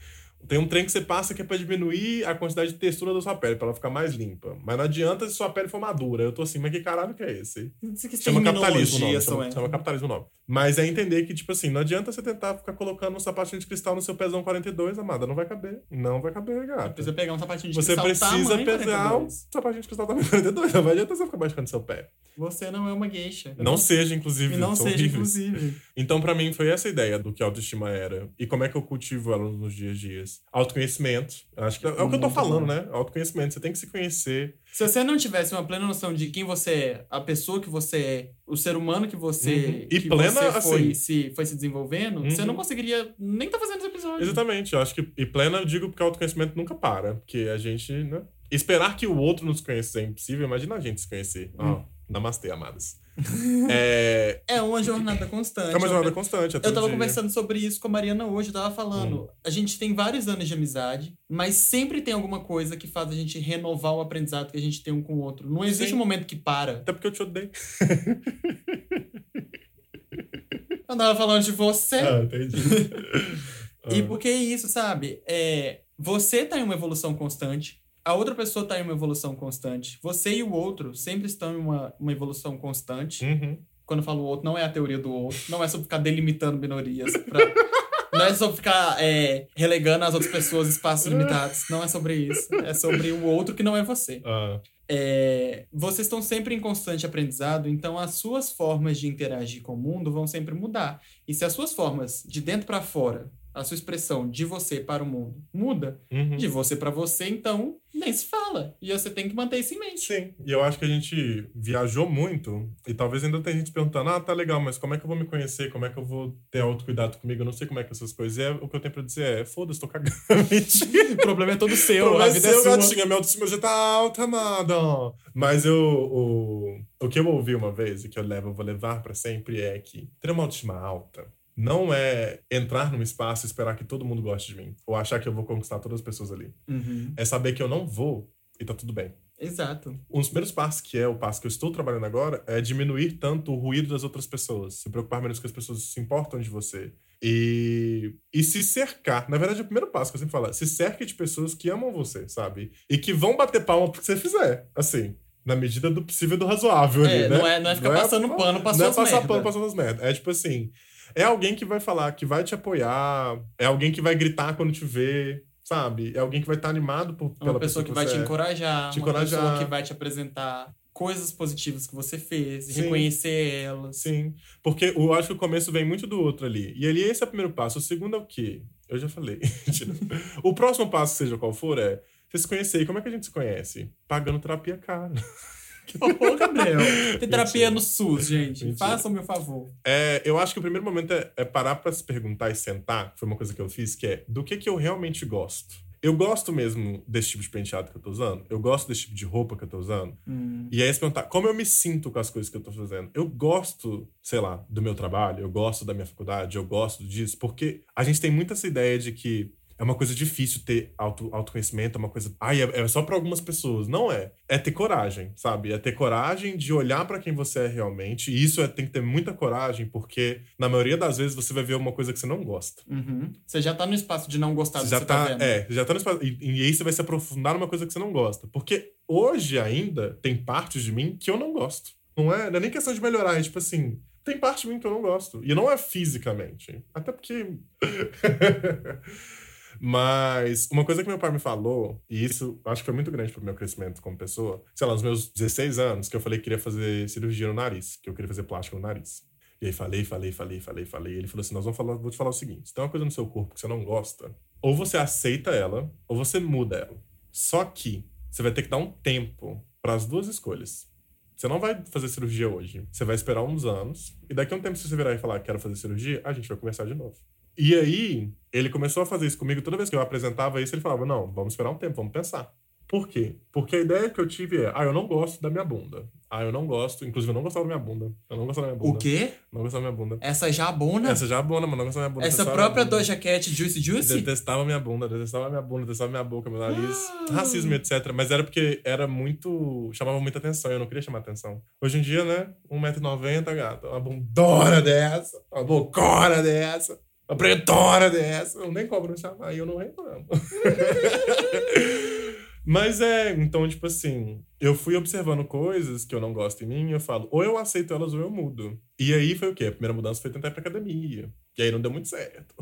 S2: Tem um trem que você passa que é pra diminuir a quantidade de textura da sua pele, pra ela ficar mais limpa. Mas não adianta se sua pele for madura. Eu tô assim, mas que caralho que é esse?
S1: Que
S2: Chama capitalismo
S1: terminologia
S2: o nome.
S1: são é.
S2: Chama,
S1: essas.
S2: chama capitalismo o nome. Mas é entender que, tipo assim, não adianta você tentar ficar colocando um sapatinho de cristal no seu pezão 42, amada. Não vai caber. Não vai caber, gata.
S1: Precisa pegar um sapatinho de
S2: Você
S1: cristal
S2: precisa
S1: tamanho
S2: pesar o
S1: 42.
S2: sapatinho de cristal tá, tamanho 42. Não vai adianta você ficar baixando seu pé.
S1: Você não é uma geisha.
S2: Não seja, inclusive.
S1: E não
S2: são
S1: seja,
S2: horríveis.
S1: inclusive.
S2: Então, pra mim, foi essa a ideia do que a autoestima era e como é que eu cultivo ela nos dias a dias. Autoconhecimento. Acho que é, o que eu tô
S1: Muito
S2: falando,
S1: bom.
S2: né? Autoconhecimento. Você tem que se conhecer.
S1: Se você não tivesse uma plena noção de quem você é, a pessoa que você é, o ser humano que você,
S2: Uhum. E
S1: que
S2: plena,
S1: você foi,
S2: assim.
S1: se, foi se desenvolvendo,
S2: Uhum.
S1: você não conseguiria nem tá fazendo esse episódio.
S2: Exatamente. Eu acho que. E plena, eu digo porque autoconhecimento nunca para. Porque a gente, né? Esperar que o outro nos conheça é impossível. Imagina a gente se conhecer. Ó, namastê, amadas. É,
S1: É uma jornada constante.
S2: é uma jornada constante. Hum. é
S1: Eu
S2: todo
S1: tava
S2: dia.
S1: conversando sobre isso com a Mariana hoje, eu tava falando. A gente tem vários anos de amizade, mas sempre tem alguma coisa que faz a gente renovar o aprendizado que a gente tem um com o outro. Não existe
S2: Sim.
S1: um momento que para.
S2: Até porque eu te odeio.
S1: Eu tava falando de você.
S2: Ah, entendi.
S1: E
S2: Ah.
S1: porque é isso, sabe? É, você tá em uma evolução constante, a outra pessoa tá em uma evolução constante. Você e o outro sempre estão em uma, uma evolução constante.
S2: Uhum.
S1: Quando eu falo o outro, não é a teoria do outro, não é sobre ficar delimitando minorias. pra- não é sobre ficar é, relegando as outras pessoas a espaços limitados. Não é sobre isso. É sobre o outro que não é você.
S2: Ah,
S1: É, vocês estão sempre em constante aprendizado, então as suas formas de interagir com o mundo vão sempre mudar. E se as suas formas de dentro para fora, a sua expressão de você para o mundo muda,
S2: uhum.
S1: de você para você, então nem se fala. E você tem que manter isso em
S2: [LAUGHS]
S1: mente.
S2: Sim, e eu acho que a gente viajou muito, e talvez ainda tenha gente perguntando: ah, tá legal, mas como é que eu vou me conhecer? Como é que eu vou ter autocuidado comigo? Eu não sei como é que essas coisas. E é, o que eu tenho pra dizer é: foda-se, tô cagando. [LAUGHS] Mentira.
S1: O problema é todo
S2: Eu,
S1: seu, a
S2: Problema
S1: vida
S2: seu,
S1: é sua.
S2: gatinha, minha autoestima já tá alta, amada. Mas eu, o, o que eu ouvi uma vez e que eu levo, eu vou levar pra sempre é que ter uma autoestima alta não é entrar num espaço e esperar que todo mundo goste de mim, ou achar que eu vou conquistar todas as pessoas ali.
S1: Uhum.
S2: É saber que eu não vou e tá tudo bem
S1: Exato.
S2: um dos primeiros passos, que é o passo que eu estou trabalhando agora, é diminuir tanto o ruído das outras pessoas, se preocupar menos com as pessoas que se importam de você. E, e se cercar. Na verdade, é o primeiro passo que eu sempre falo. Se cerque de pessoas que amam você, sabe? E que vão bater palma pro que você fizer. Assim, na medida do possível e do razoável.
S1: É,
S2: ali, né?
S1: não, é, não é ficar passando pano pra
S2: Não
S1: suas
S2: é passar
S1: merda.
S2: pano pra suas merdas. É tipo assim, é alguém que vai falar, que vai te apoiar, é alguém que vai gritar quando te vê, sabe? É alguém que vai estar animado por,
S1: Uma
S2: pela
S1: pessoa que vai
S2: você
S1: te
S2: é.
S1: encorajar,
S2: Te
S1: uma
S2: encorajar.
S1: pessoa que vai te apresentar coisas positivas que você fez,
S2: Sim.
S1: reconhecer elas.
S2: Sim, porque eu acho que o começo vem muito do outro ali. E ali esse é o primeiro passo. O segundo é o quê? Eu já falei. [LAUGHS] Mentira. o próximo passo, seja qual for, é você se conhecer. E como é que a gente se conhece? Pagando terapia cara.
S1: Ô, Gabriel. [LAUGHS] Tem terapia
S2: Mentira.
S1: no SUS, gente.
S2: Mentira.
S1: Façam meu favor.
S2: É, eu acho que o primeiro momento é, é parar pra se perguntar e sentar. que Foi uma coisa que eu fiz, que é do que, que eu realmente gosto. Eu gosto mesmo desse tipo de penteado que eu tô usando. Eu gosto desse tipo de roupa que eu tô usando. E aí se perguntar como eu me sinto com as coisas que eu tô fazendo. Eu gosto, sei lá, do meu trabalho, eu gosto da minha faculdade, eu gosto disso, porque a gente tem muito essa ideia de que é uma coisa difícil ter auto, autoconhecimento, é uma coisa. Ai, é, é só pra algumas pessoas. Não é. É ter coragem, sabe? É ter coragem de olhar pra quem você é realmente. E isso é, tem que ter muita coragem, porque na maioria das vezes você vai ver uma coisa que você não gosta.
S1: Uhum. Você já tá no espaço de não gostar do
S2: Você
S1: que
S2: já
S1: você tá,
S2: tá,
S1: vendo.
S2: é, você já tá no espaço. E, e aí você vai se aprofundar numa coisa que você não gosta. Porque hoje ainda tem partes de mim que eu não gosto. Não é, não é nem questão de melhorar, é tipo assim, tem parte de mim que eu não gosto. E não é fisicamente. Até porque. [LAUGHS] Mas uma coisa que meu pai me falou, e isso acho que foi muito grande pro meu crescimento como pessoa, sei lá, nos meus 16 anos, que eu falei que queria fazer cirurgia no nariz, que eu queria fazer plástica no nariz. E aí falei, falei, falei, falei, falei. Ele falou assim: nós vamos falar, vou te falar o seguinte: se tem uma coisa no seu corpo que você não gosta, ou você aceita ela, ou você muda ela. Só que você vai ter que dar um tempo para as duas escolhas. Você não vai fazer cirurgia hoje. Você vai esperar uns anos. E daqui a um tempo, se você virar e falar, quero fazer cirurgia, a gente vai conversar de novo. E aí, ele começou a fazer isso comigo. Toda vez que eu apresentava isso, ele falava, não, vamos esperar um tempo, vamos pensar. Por quê? Porque a ideia que eu tive é, ah, eu não gosto da minha bunda. Ah, eu não gosto. Inclusive, eu não gostava da minha bunda. Eu não gostava da minha
S1: O
S2: bunda.
S1: quê?
S2: Não gostava da minha bunda.
S1: Essa jabona? Essa,
S2: Essa já é bunda, mano. Não gostava da minha bunda. Detestava minha
S1: própria
S2: bunda.
S1: Doja Cat Juicy Juicy?
S2: Detestava minha bunda, detestava minha bunda, detestava minha boca, meu nariz,
S1: Ah.
S2: racismo, etc. Mas era porque era muito. chamava muita atenção, eu não queria chamar atenção. Hoje em dia, né? 1,90m, gato. Uma bundona dessa, uma bocona dessa, uma pretona dessa. Eu nem cobro chamar, e eu não reclamo. [LAUGHS] Mas é, então, tipo assim, eu fui observando coisas que eu não gosto em mim, e eu falo, ou eu aceito elas ou eu mudo. E aí foi o quê? A primeira mudança foi tentar ir pra academia. E aí não deu muito certo.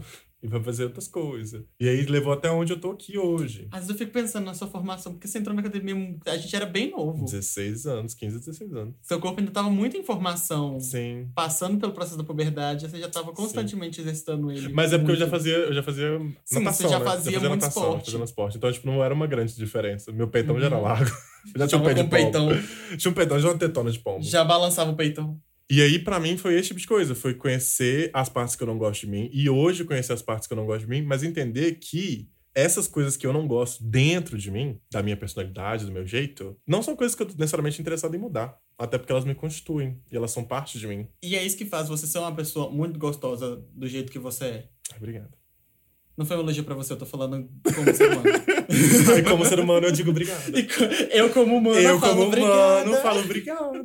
S2: E foi fazer outras coisas. E aí levou até onde eu tô aqui hoje.
S1: Às vezes eu fico pensando na sua formação, porque você entrou na academia, a gente era bem novo.
S2: 16 anos, 15, 16 anos.
S1: Seu corpo ainda tava muito em formação.
S2: Sim.
S1: Passando pelo processo da puberdade, você já tava constantemente exercitando ele.
S2: Mas é porque eu
S1: muito.
S2: já fazia, eu já fazia natação,
S1: Sim, você já
S2: né?
S1: fazia
S2: eu fazia
S1: muito
S2: natação,
S1: esporte.
S2: fazendo esporte. Então, tipo, não era uma grande diferença. Meu peitão já era
S1: Uhum.
S2: largo. [LAUGHS] Eu já tinha um
S1: Tava
S2: pé de
S1: com o
S2: pombo.
S1: peitão.
S2: Tinha um peitão, já uma tetona de pombo.
S1: Já balançava o peitão.
S2: E aí, pra mim, foi esse tipo de coisa. Foi conhecer as partes que eu não gosto de mim. E hoje, conhecer as partes que eu não gosto de mim, mas entender que essas coisas que eu não gosto dentro de mim, da minha personalidade, do meu jeito, não são coisas que eu tô necessariamente interessado em mudar. Até porque elas me constituem e elas são parte de mim.
S1: E é isso que faz você ser uma pessoa muito gostosa do jeito que você é.
S2: Ai, [LAUGHS] Obrigado.
S1: Não foi um elogio pra você, eu tô falando como ser humano.
S2: [LAUGHS] Aí, como ser humano, eu digo obrigado.
S1: E co- eu, como humano,
S2: eu,
S1: falo
S2: como
S1: obrigada.
S2: humano, falo obrigado.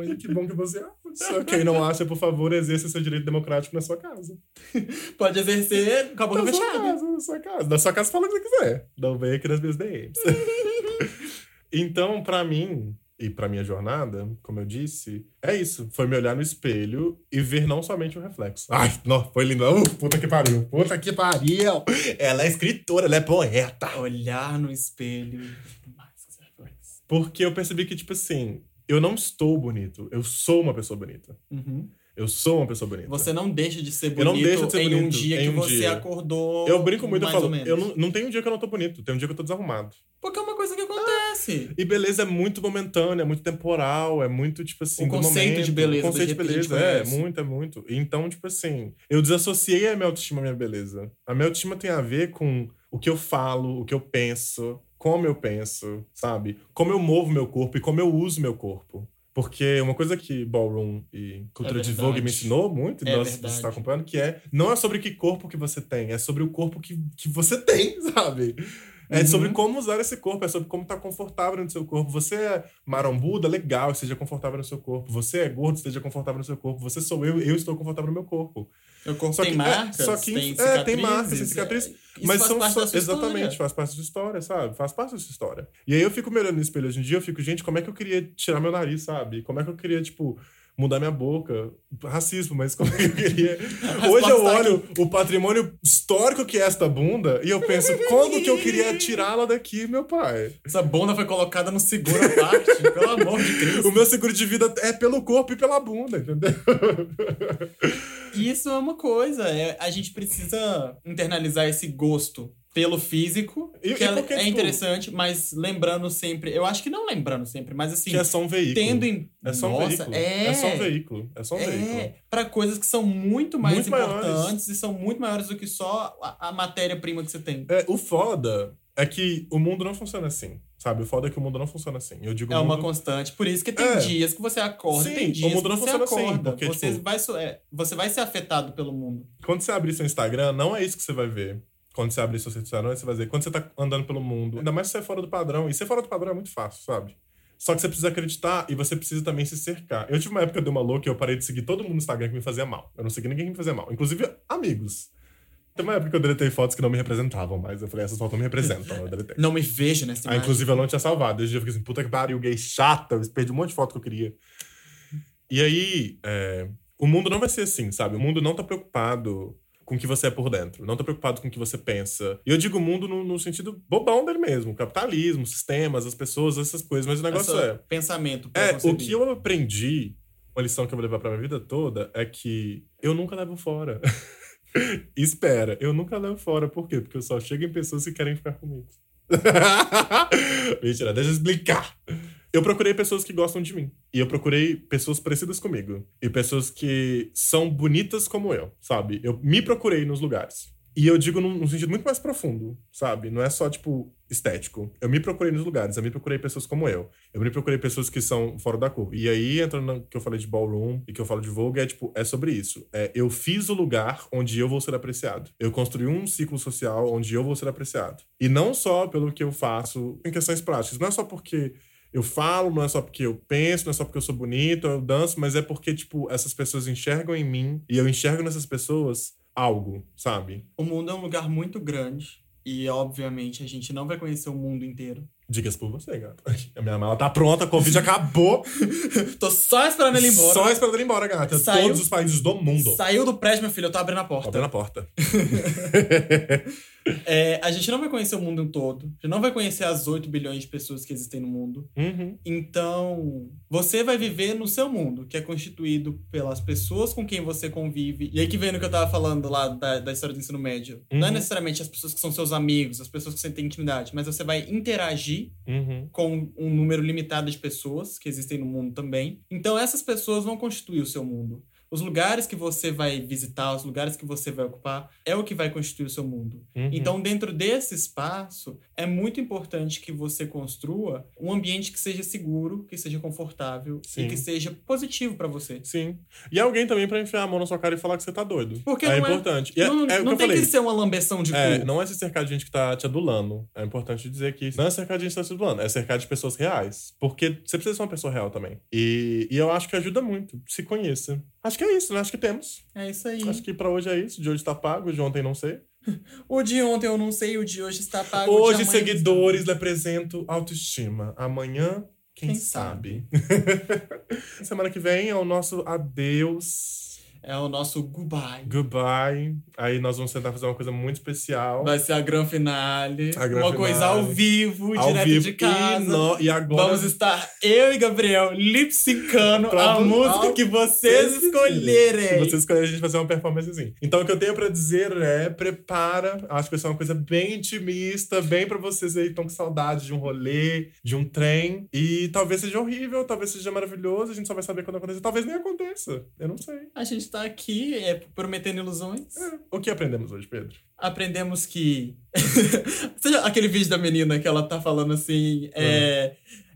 S2: Ai, que bom que você acha. Quem não acha, por favor, exerça seu direito democrático na sua casa.
S1: Pode exercer com a boca
S2: na sua
S1: fechada.
S2: casa, na sua casa. Na sua casa, fala o que você quiser. Não vem aqui nas minhas DMs.
S1: [LAUGHS]
S2: então, pra mim, e pra minha jornada, como eu disse, é isso. Foi me olhar no espelho e ver não somente o reflexo. Ai, não, foi lindo. Uh, puta que pariu. Puta que pariu. Ela é escritora, ela é poeta.
S1: Olhar no espelho. Mais que reflexo.
S2: Porque eu percebi que, tipo assim, eu não estou bonito. Eu sou uma pessoa bonita.
S1: Uhum.
S2: Eu sou uma pessoa bonita.
S1: Você não deixa de ser
S2: Eu não
S1: bonito
S2: deixo de ser
S1: em um
S2: bonito,
S1: dia
S2: em
S1: que
S2: um
S1: você
S2: dia.
S1: acordou.
S2: Eu brinco muito, eu
S1: é mais ou
S2: falo,
S1: menos.
S2: eu não, Ah. não tem um dia que eu não tô bonito, tem um dia que eu tô desarrumado.
S1: Porque é uma coisa que acontece.
S2: E beleza é muito momentânea, é muito temporal, é muito, tipo assim,
S1: O
S2: do
S1: Um conceito
S2: momento.
S1: de beleza,
S2: O conceito de
S1: do jeito que a gente
S2: beleza, é,
S1: conhece.
S2: muito, é muito. Então, tipo assim, eu desassociei a minha autoestima à minha beleza. A minha autoestima tem a ver com o que eu falo, o que eu penso, como eu penso, sabe? Como eu movo meu corpo e como eu uso meu corpo. Porque uma coisa que ballroom e cultura
S1: É
S2: de
S1: verdade.
S2: vogue me ensinou muito, e
S1: É
S2: nós
S1: verdade.
S2: está acompanhando, que é não é sobre que corpo que você tem, é sobre o corpo que, que você tem, [LAUGHS] sabe? É
S1: Uhum.
S2: sobre como usar esse corpo, é sobre como tá confortável no seu corpo. Você é marombuda, legal, esteja confortável no seu corpo. Você é gordo, esteja confortável no seu corpo. Você sou eu, eu estou confortável no meu corpo.
S1: O corpo
S2: Só
S1: tem
S2: que- é,
S1: marcas,
S2: só que-
S1: tem
S2: é,
S1: cicatrizes.
S2: tem marcas, tem cicatrizes,
S1: é, isso
S2: Mas
S1: faz
S2: são
S1: parte
S2: só-
S1: da sua história.
S2: exatamente, faz parte da história, sabe? Faz parte da sua história. E aí eu fico me olhando no espelho hoje em dia, eu fico, gente, como é que eu queria tirar meu nariz, sabe? Como é que eu queria, tipo, mudar minha boca? Racismo, mas como é que eu
S1: [LAUGHS]
S2: queria? Hoje eu
S1: está
S2: olho o patrimônio histórico que é esta bunda e eu penso, como que eu queria tirá-la daqui, meu pai?
S1: Essa bunda foi colocada no seguro à parte, pelo amor de Cristo.
S2: O meu seguro de vida é pelo corpo e pela bunda, entendeu?
S1: Isso é uma coisa. é- a gente precisa internalizar esse gosto pelo físico,
S2: E-
S1: que
S2: e
S1: é,
S2: porque,
S1: é
S2: tipo,
S1: interessante, mas lembrando sempre. Eu acho que não lembrando sempre, mas assim,
S2: Que é só um veículo.
S1: tendo em.
S2: É só um
S1: Nossa,
S2: veículo.
S1: É,
S2: só um veículo. É só um veículo.
S1: É, para coisas que são muito mais
S2: Muito maiores.
S1: importantes e são muito maiores do que só a, a matéria-prima que você tem.
S2: É, o foda é que o mundo não funciona assim, sabe? O foda é que o mundo não funciona assim. Eu digo
S1: É
S2: o
S1: uma
S2: mundo...
S1: constante. Por isso que tem
S2: É.
S1: dias que você acorda,
S2: Sim,
S1: tem
S2: o
S1: dias
S2: mundo não
S1: que você
S2: funciona assim,
S1: acorda.
S2: porque,
S1: você,
S2: tipo-
S1: vai, so- é, você vai ser afetado pelo mundo.
S2: Quando você abrir seu Instagram, não é isso que você vai ver. Quando você abrir seu Instagram, você vai ver. Quando você tá andando pelo mundo, ainda mais se você é fora do padrão. E ser fora do padrão é muito fácil, sabe? Só que você precisa acreditar e você precisa também se cercar. Eu tive uma época de uma louca e eu parei de seguir todo mundo no Instagram que me fazia mal. Eu não segui ninguém que me fazia mal. Inclusive, amigos. Tem uma época que eu deletei fotos que não me representavam, mas eu falei, essas fotos não me representam. Eu deletei.
S1: Não me vejo nessa
S2: Ah,
S1: imagem.
S2: inclusive, eu não tinha salvado. Esse dia eu fiquei assim, puta que pariu, gay chata. Eu perdi um monte de foto que eu queria. E aí, é, o mundo não vai ser assim, sabe? O mundo não tá preocupado com o que você é por dentro. Não tá preocupado com o que você pensa. E eu digo mundo no, no sentido bobão dele mesmo. Capitalismo, sistemas, as pessoas, essas coisas. Mas o negócio
S1: Essa-
S2: é...
S1: Pensamento.
S2: É, o
S1: preconcebido.
S2: que eu aprendi, uma lição que eu vou levar pra minha vida toda, é que eu nunca levo fora. [LAUGHS] Espera, eu nunca levo fora. Por quê? Porque eu só chego em pessoas que querem ficar comigo. [LAUGHS] Mentira, deixa eu explicar. Eu procurei pessoas que gostam de mim. E eu procurei pessoas parecidas comigo. E pessoas que são bonitas como eu, sabe? Eu me procurei nos lugares. E eu digo num, num sentido muito mais profundo, sabe? Não é só, tipo, estético. Eu me procurei nos lugares, eu me procurei pessoas como eu. Eu me procurei pessoas que são fora da cor. E aí, entrando no que eu falei de ballroom e que eu falo de vogue, é tipo, é sobre isso. É, eu fiz o lugar onde eu vou ser apreciado. Eu construí um ciclo social onde eu vou ser apreciado. E não só pelo que eu faço em questões práticas. Não é só porque eu falo, não é só porque eu penso, não é só porque eu sou bonito, eu danço, mas é porque, tipo, essas pessoas enxergam em mim e eu enxergo nessas pessoas algo, sabe?
S1: O mundo é um lugar muito grande. E, obviamente, a gente não vai conhecer o mundo inteiro.
S2: Dicas por você, gata. [LAUGHS] A minha mala tá pronta, a Covid [LAUGHS] acabou.
S1: Tô só esperando ele ir embora.
S2: Só esperando ele ir embora, gata.
S1: Saiu.
S2: Todos os países do mundo.
S1: Saiu do prédio, meu filho, eu tô abrindo a porta.
S2: Abrindo a porta.
S1: É, a gente não vai conhecer o mundo todo. A gente não vai conhecer as 8 bilhões de pessoas que existem no mundo.
S2: Uhum.
S1: Então, você vai viver no seu mundo, que é constituído pelas pessoas com quem você convive. E aí que vem no que eu tava falando lá da, da história do ensino médio. Não é
S2: Uhum.
S1: necessariamente as pessoas que são seus amigos, as pessoas que você tem intimidade, mas você vai interagir
S2: Uhum.
S1: com um número limitado de pessoas que existem no mundo também. Então essas pessoas vão constituir o seu mundo. Os lugares que você vai visitar, os lugares que você vai ocupar, é o que vai constituir o seu mundo.
S2: Uhum.
S1: Então, dentro desse espaço, é muito importante que você construa um ambiente que seja seguro, que seja confortável
S2: Sim.
S1: e que seja positivo pra você.
S2: Sim. E alguém também pra enfiar a mão na sua cara e falar que você tá doido.
S1: Porque
S2: é
S1: não é-
S2: importante. E É,
S1: não
S2: é
S1: não
S2: o que eu
S1: tem
S2: falei.
S1: que ser tipo- uma lambeção de
S2: É,
S1: cu.
S2: não é se cercar de gente que tá te adulando. É importante dizer que não é cercar de gente que tá te adulando, é cercar de pessoas reais. Porque você precisa ser uma pessoa real também. E, e eu acho que ajuda muito. Se conheça. Acho que é isso, né? Acho que temos.
S1: É isso aí.
S2: Acho que pra hoje é isso. De hoje tá pago, de ontem não sei.
S1: O de ontem eu não sei, o de hoje está pago. o de
S2: Hoje,
S1: amanhã-
S2: seguidores, lhe apresento autoestima. Amanhã, quem,
S1: Quem
S2: sabe? [LAUGHS] Semana que vem é o nosso adeus.
S1: É o nosso goodbye.
S2: Goodbye. Aí nós vamos tentar fazer uma coisa muito especial.
S1: Vai ser a gran finale.
S2: A gran
S1: uma coisa ao
S2: finale.
S1: vivo,
S2: ao
S1: direto
S2: vivo.
S1: de casa.
S2: E, no- e agora.
S1: Vamos estar eu e Gabriel lipsicando
S2: Pra
S1: a
S2: vo-
S1: música
S2: ao-
S1: que vocês
S2: Se
S1: escolherem.
S2: vocês escolherem, a gente fazer uma performance assim. Então, o que eu tenho pra dizer é: prepara. Acho que vai ser uma coisa bem intimista, bem pra vocês aí que estão com saudade de um rolê, de um trem. E talvez seja horrível, talvez seja maravilhoso, a gente só vai saber quando acontecer. Talvez nem aconteça. Eu não sei.
S1: A gente tá aqui é, prometendo ilusões.
S2: É. O que aprendemos hoje, Pedro?
S1: Aprendemos que. [LAUGHS] Seja aquele vídeo da menina que ela tá falando assim. É,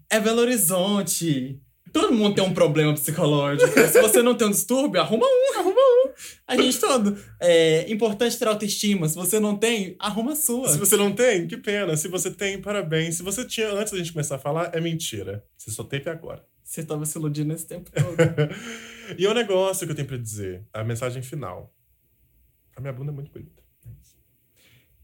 S1: é Belo Horizonte. Todo mundo tem um problema psicológico. Se você não tem um distúrbio, arruma um, arruma um. A gente todo. É importante ter autoestima. Se você não tem, arruma a sua.
S2: Se você não tem, que pena. Se você tem, parabéns. Se você tinha antes da gente começar a falar, é mentira. Você só teve agora.
S1: Você tava se iludindo esse tempo todo. [LAUGHS]
S2: e é um negócio que eu tenho pra dizer, a mensagem final. A minha bunda é muito bonita.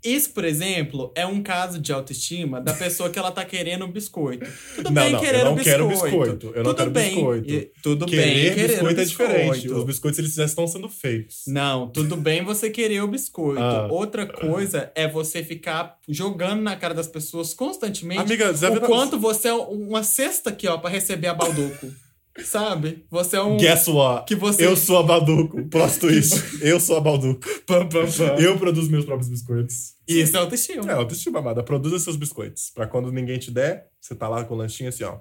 S1: Esse, por exemplo, é um caso de autoestima da pessoa que ela tá querendo um biscoito. Tudo
S2: Não,
S1: bem
S2: não, eu
S1: querer
S2: não
S1: um
S2: quero
S1: biscoito.
S2: biscoito, eu não
S1: tudo
S2: quero
S1: bem.
S2: biscoito.
S1: e- Tudo
S2: Querer
S1: bem querer
S2: biscoito
S1: um
S2: é diferente.
S1: biscoito.
S2: Os biscoitos eles já estão sendo feitos.
S1: Não, tudo bem você querer o biscoito.
S2: Ah.
S1: Outra coisa é você ficar jogando na cara das pessoas constantemente
S2: Amiga, já
S1: o quanto você é uma cesta aqui, ó, pra receber a balduco. [LAUGHS] Sabe? Você é um...
S2: Guess what?
S1: Que você...
S2: Eu sou a Balduco. Próximo isso. Eu sou a Balduco.
S1: Pam, pam, pam.
S2: Eu produzo meus próprios biscoitos.
S1: Isso é autoestima.
S2: É, autoestima, amada. Produza seus biscoitos. Pra quando ninguém te der, você tá lá com o lanchinho assim, ó.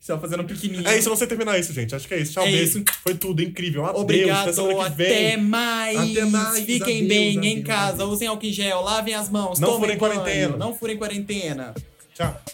S1: Só fazendo um pequenininho.
S2: É isso, eu não sei terminar isso, gente. Acho que é isso. Tchau,
S1: É
S2: beijo.
S1: isso.
S2: Foi tudo, incrível. Um Adeus, até
S1: Obrigado,
S2: semana que
S1: até
S2: vem.
S1: mais.
S2: Até mais,
S1: Fiquem
S2: adeus,
S1: bem em
S2: adeus,
S1: casa,
S2: adeus.
S1: usem álcool em gel, lavem as mãos,
S2: Não
S1: tomem
S2: furem
S1: banho,
S2: quarentena.
S1: Não furem quarentena.
S2: Tchau.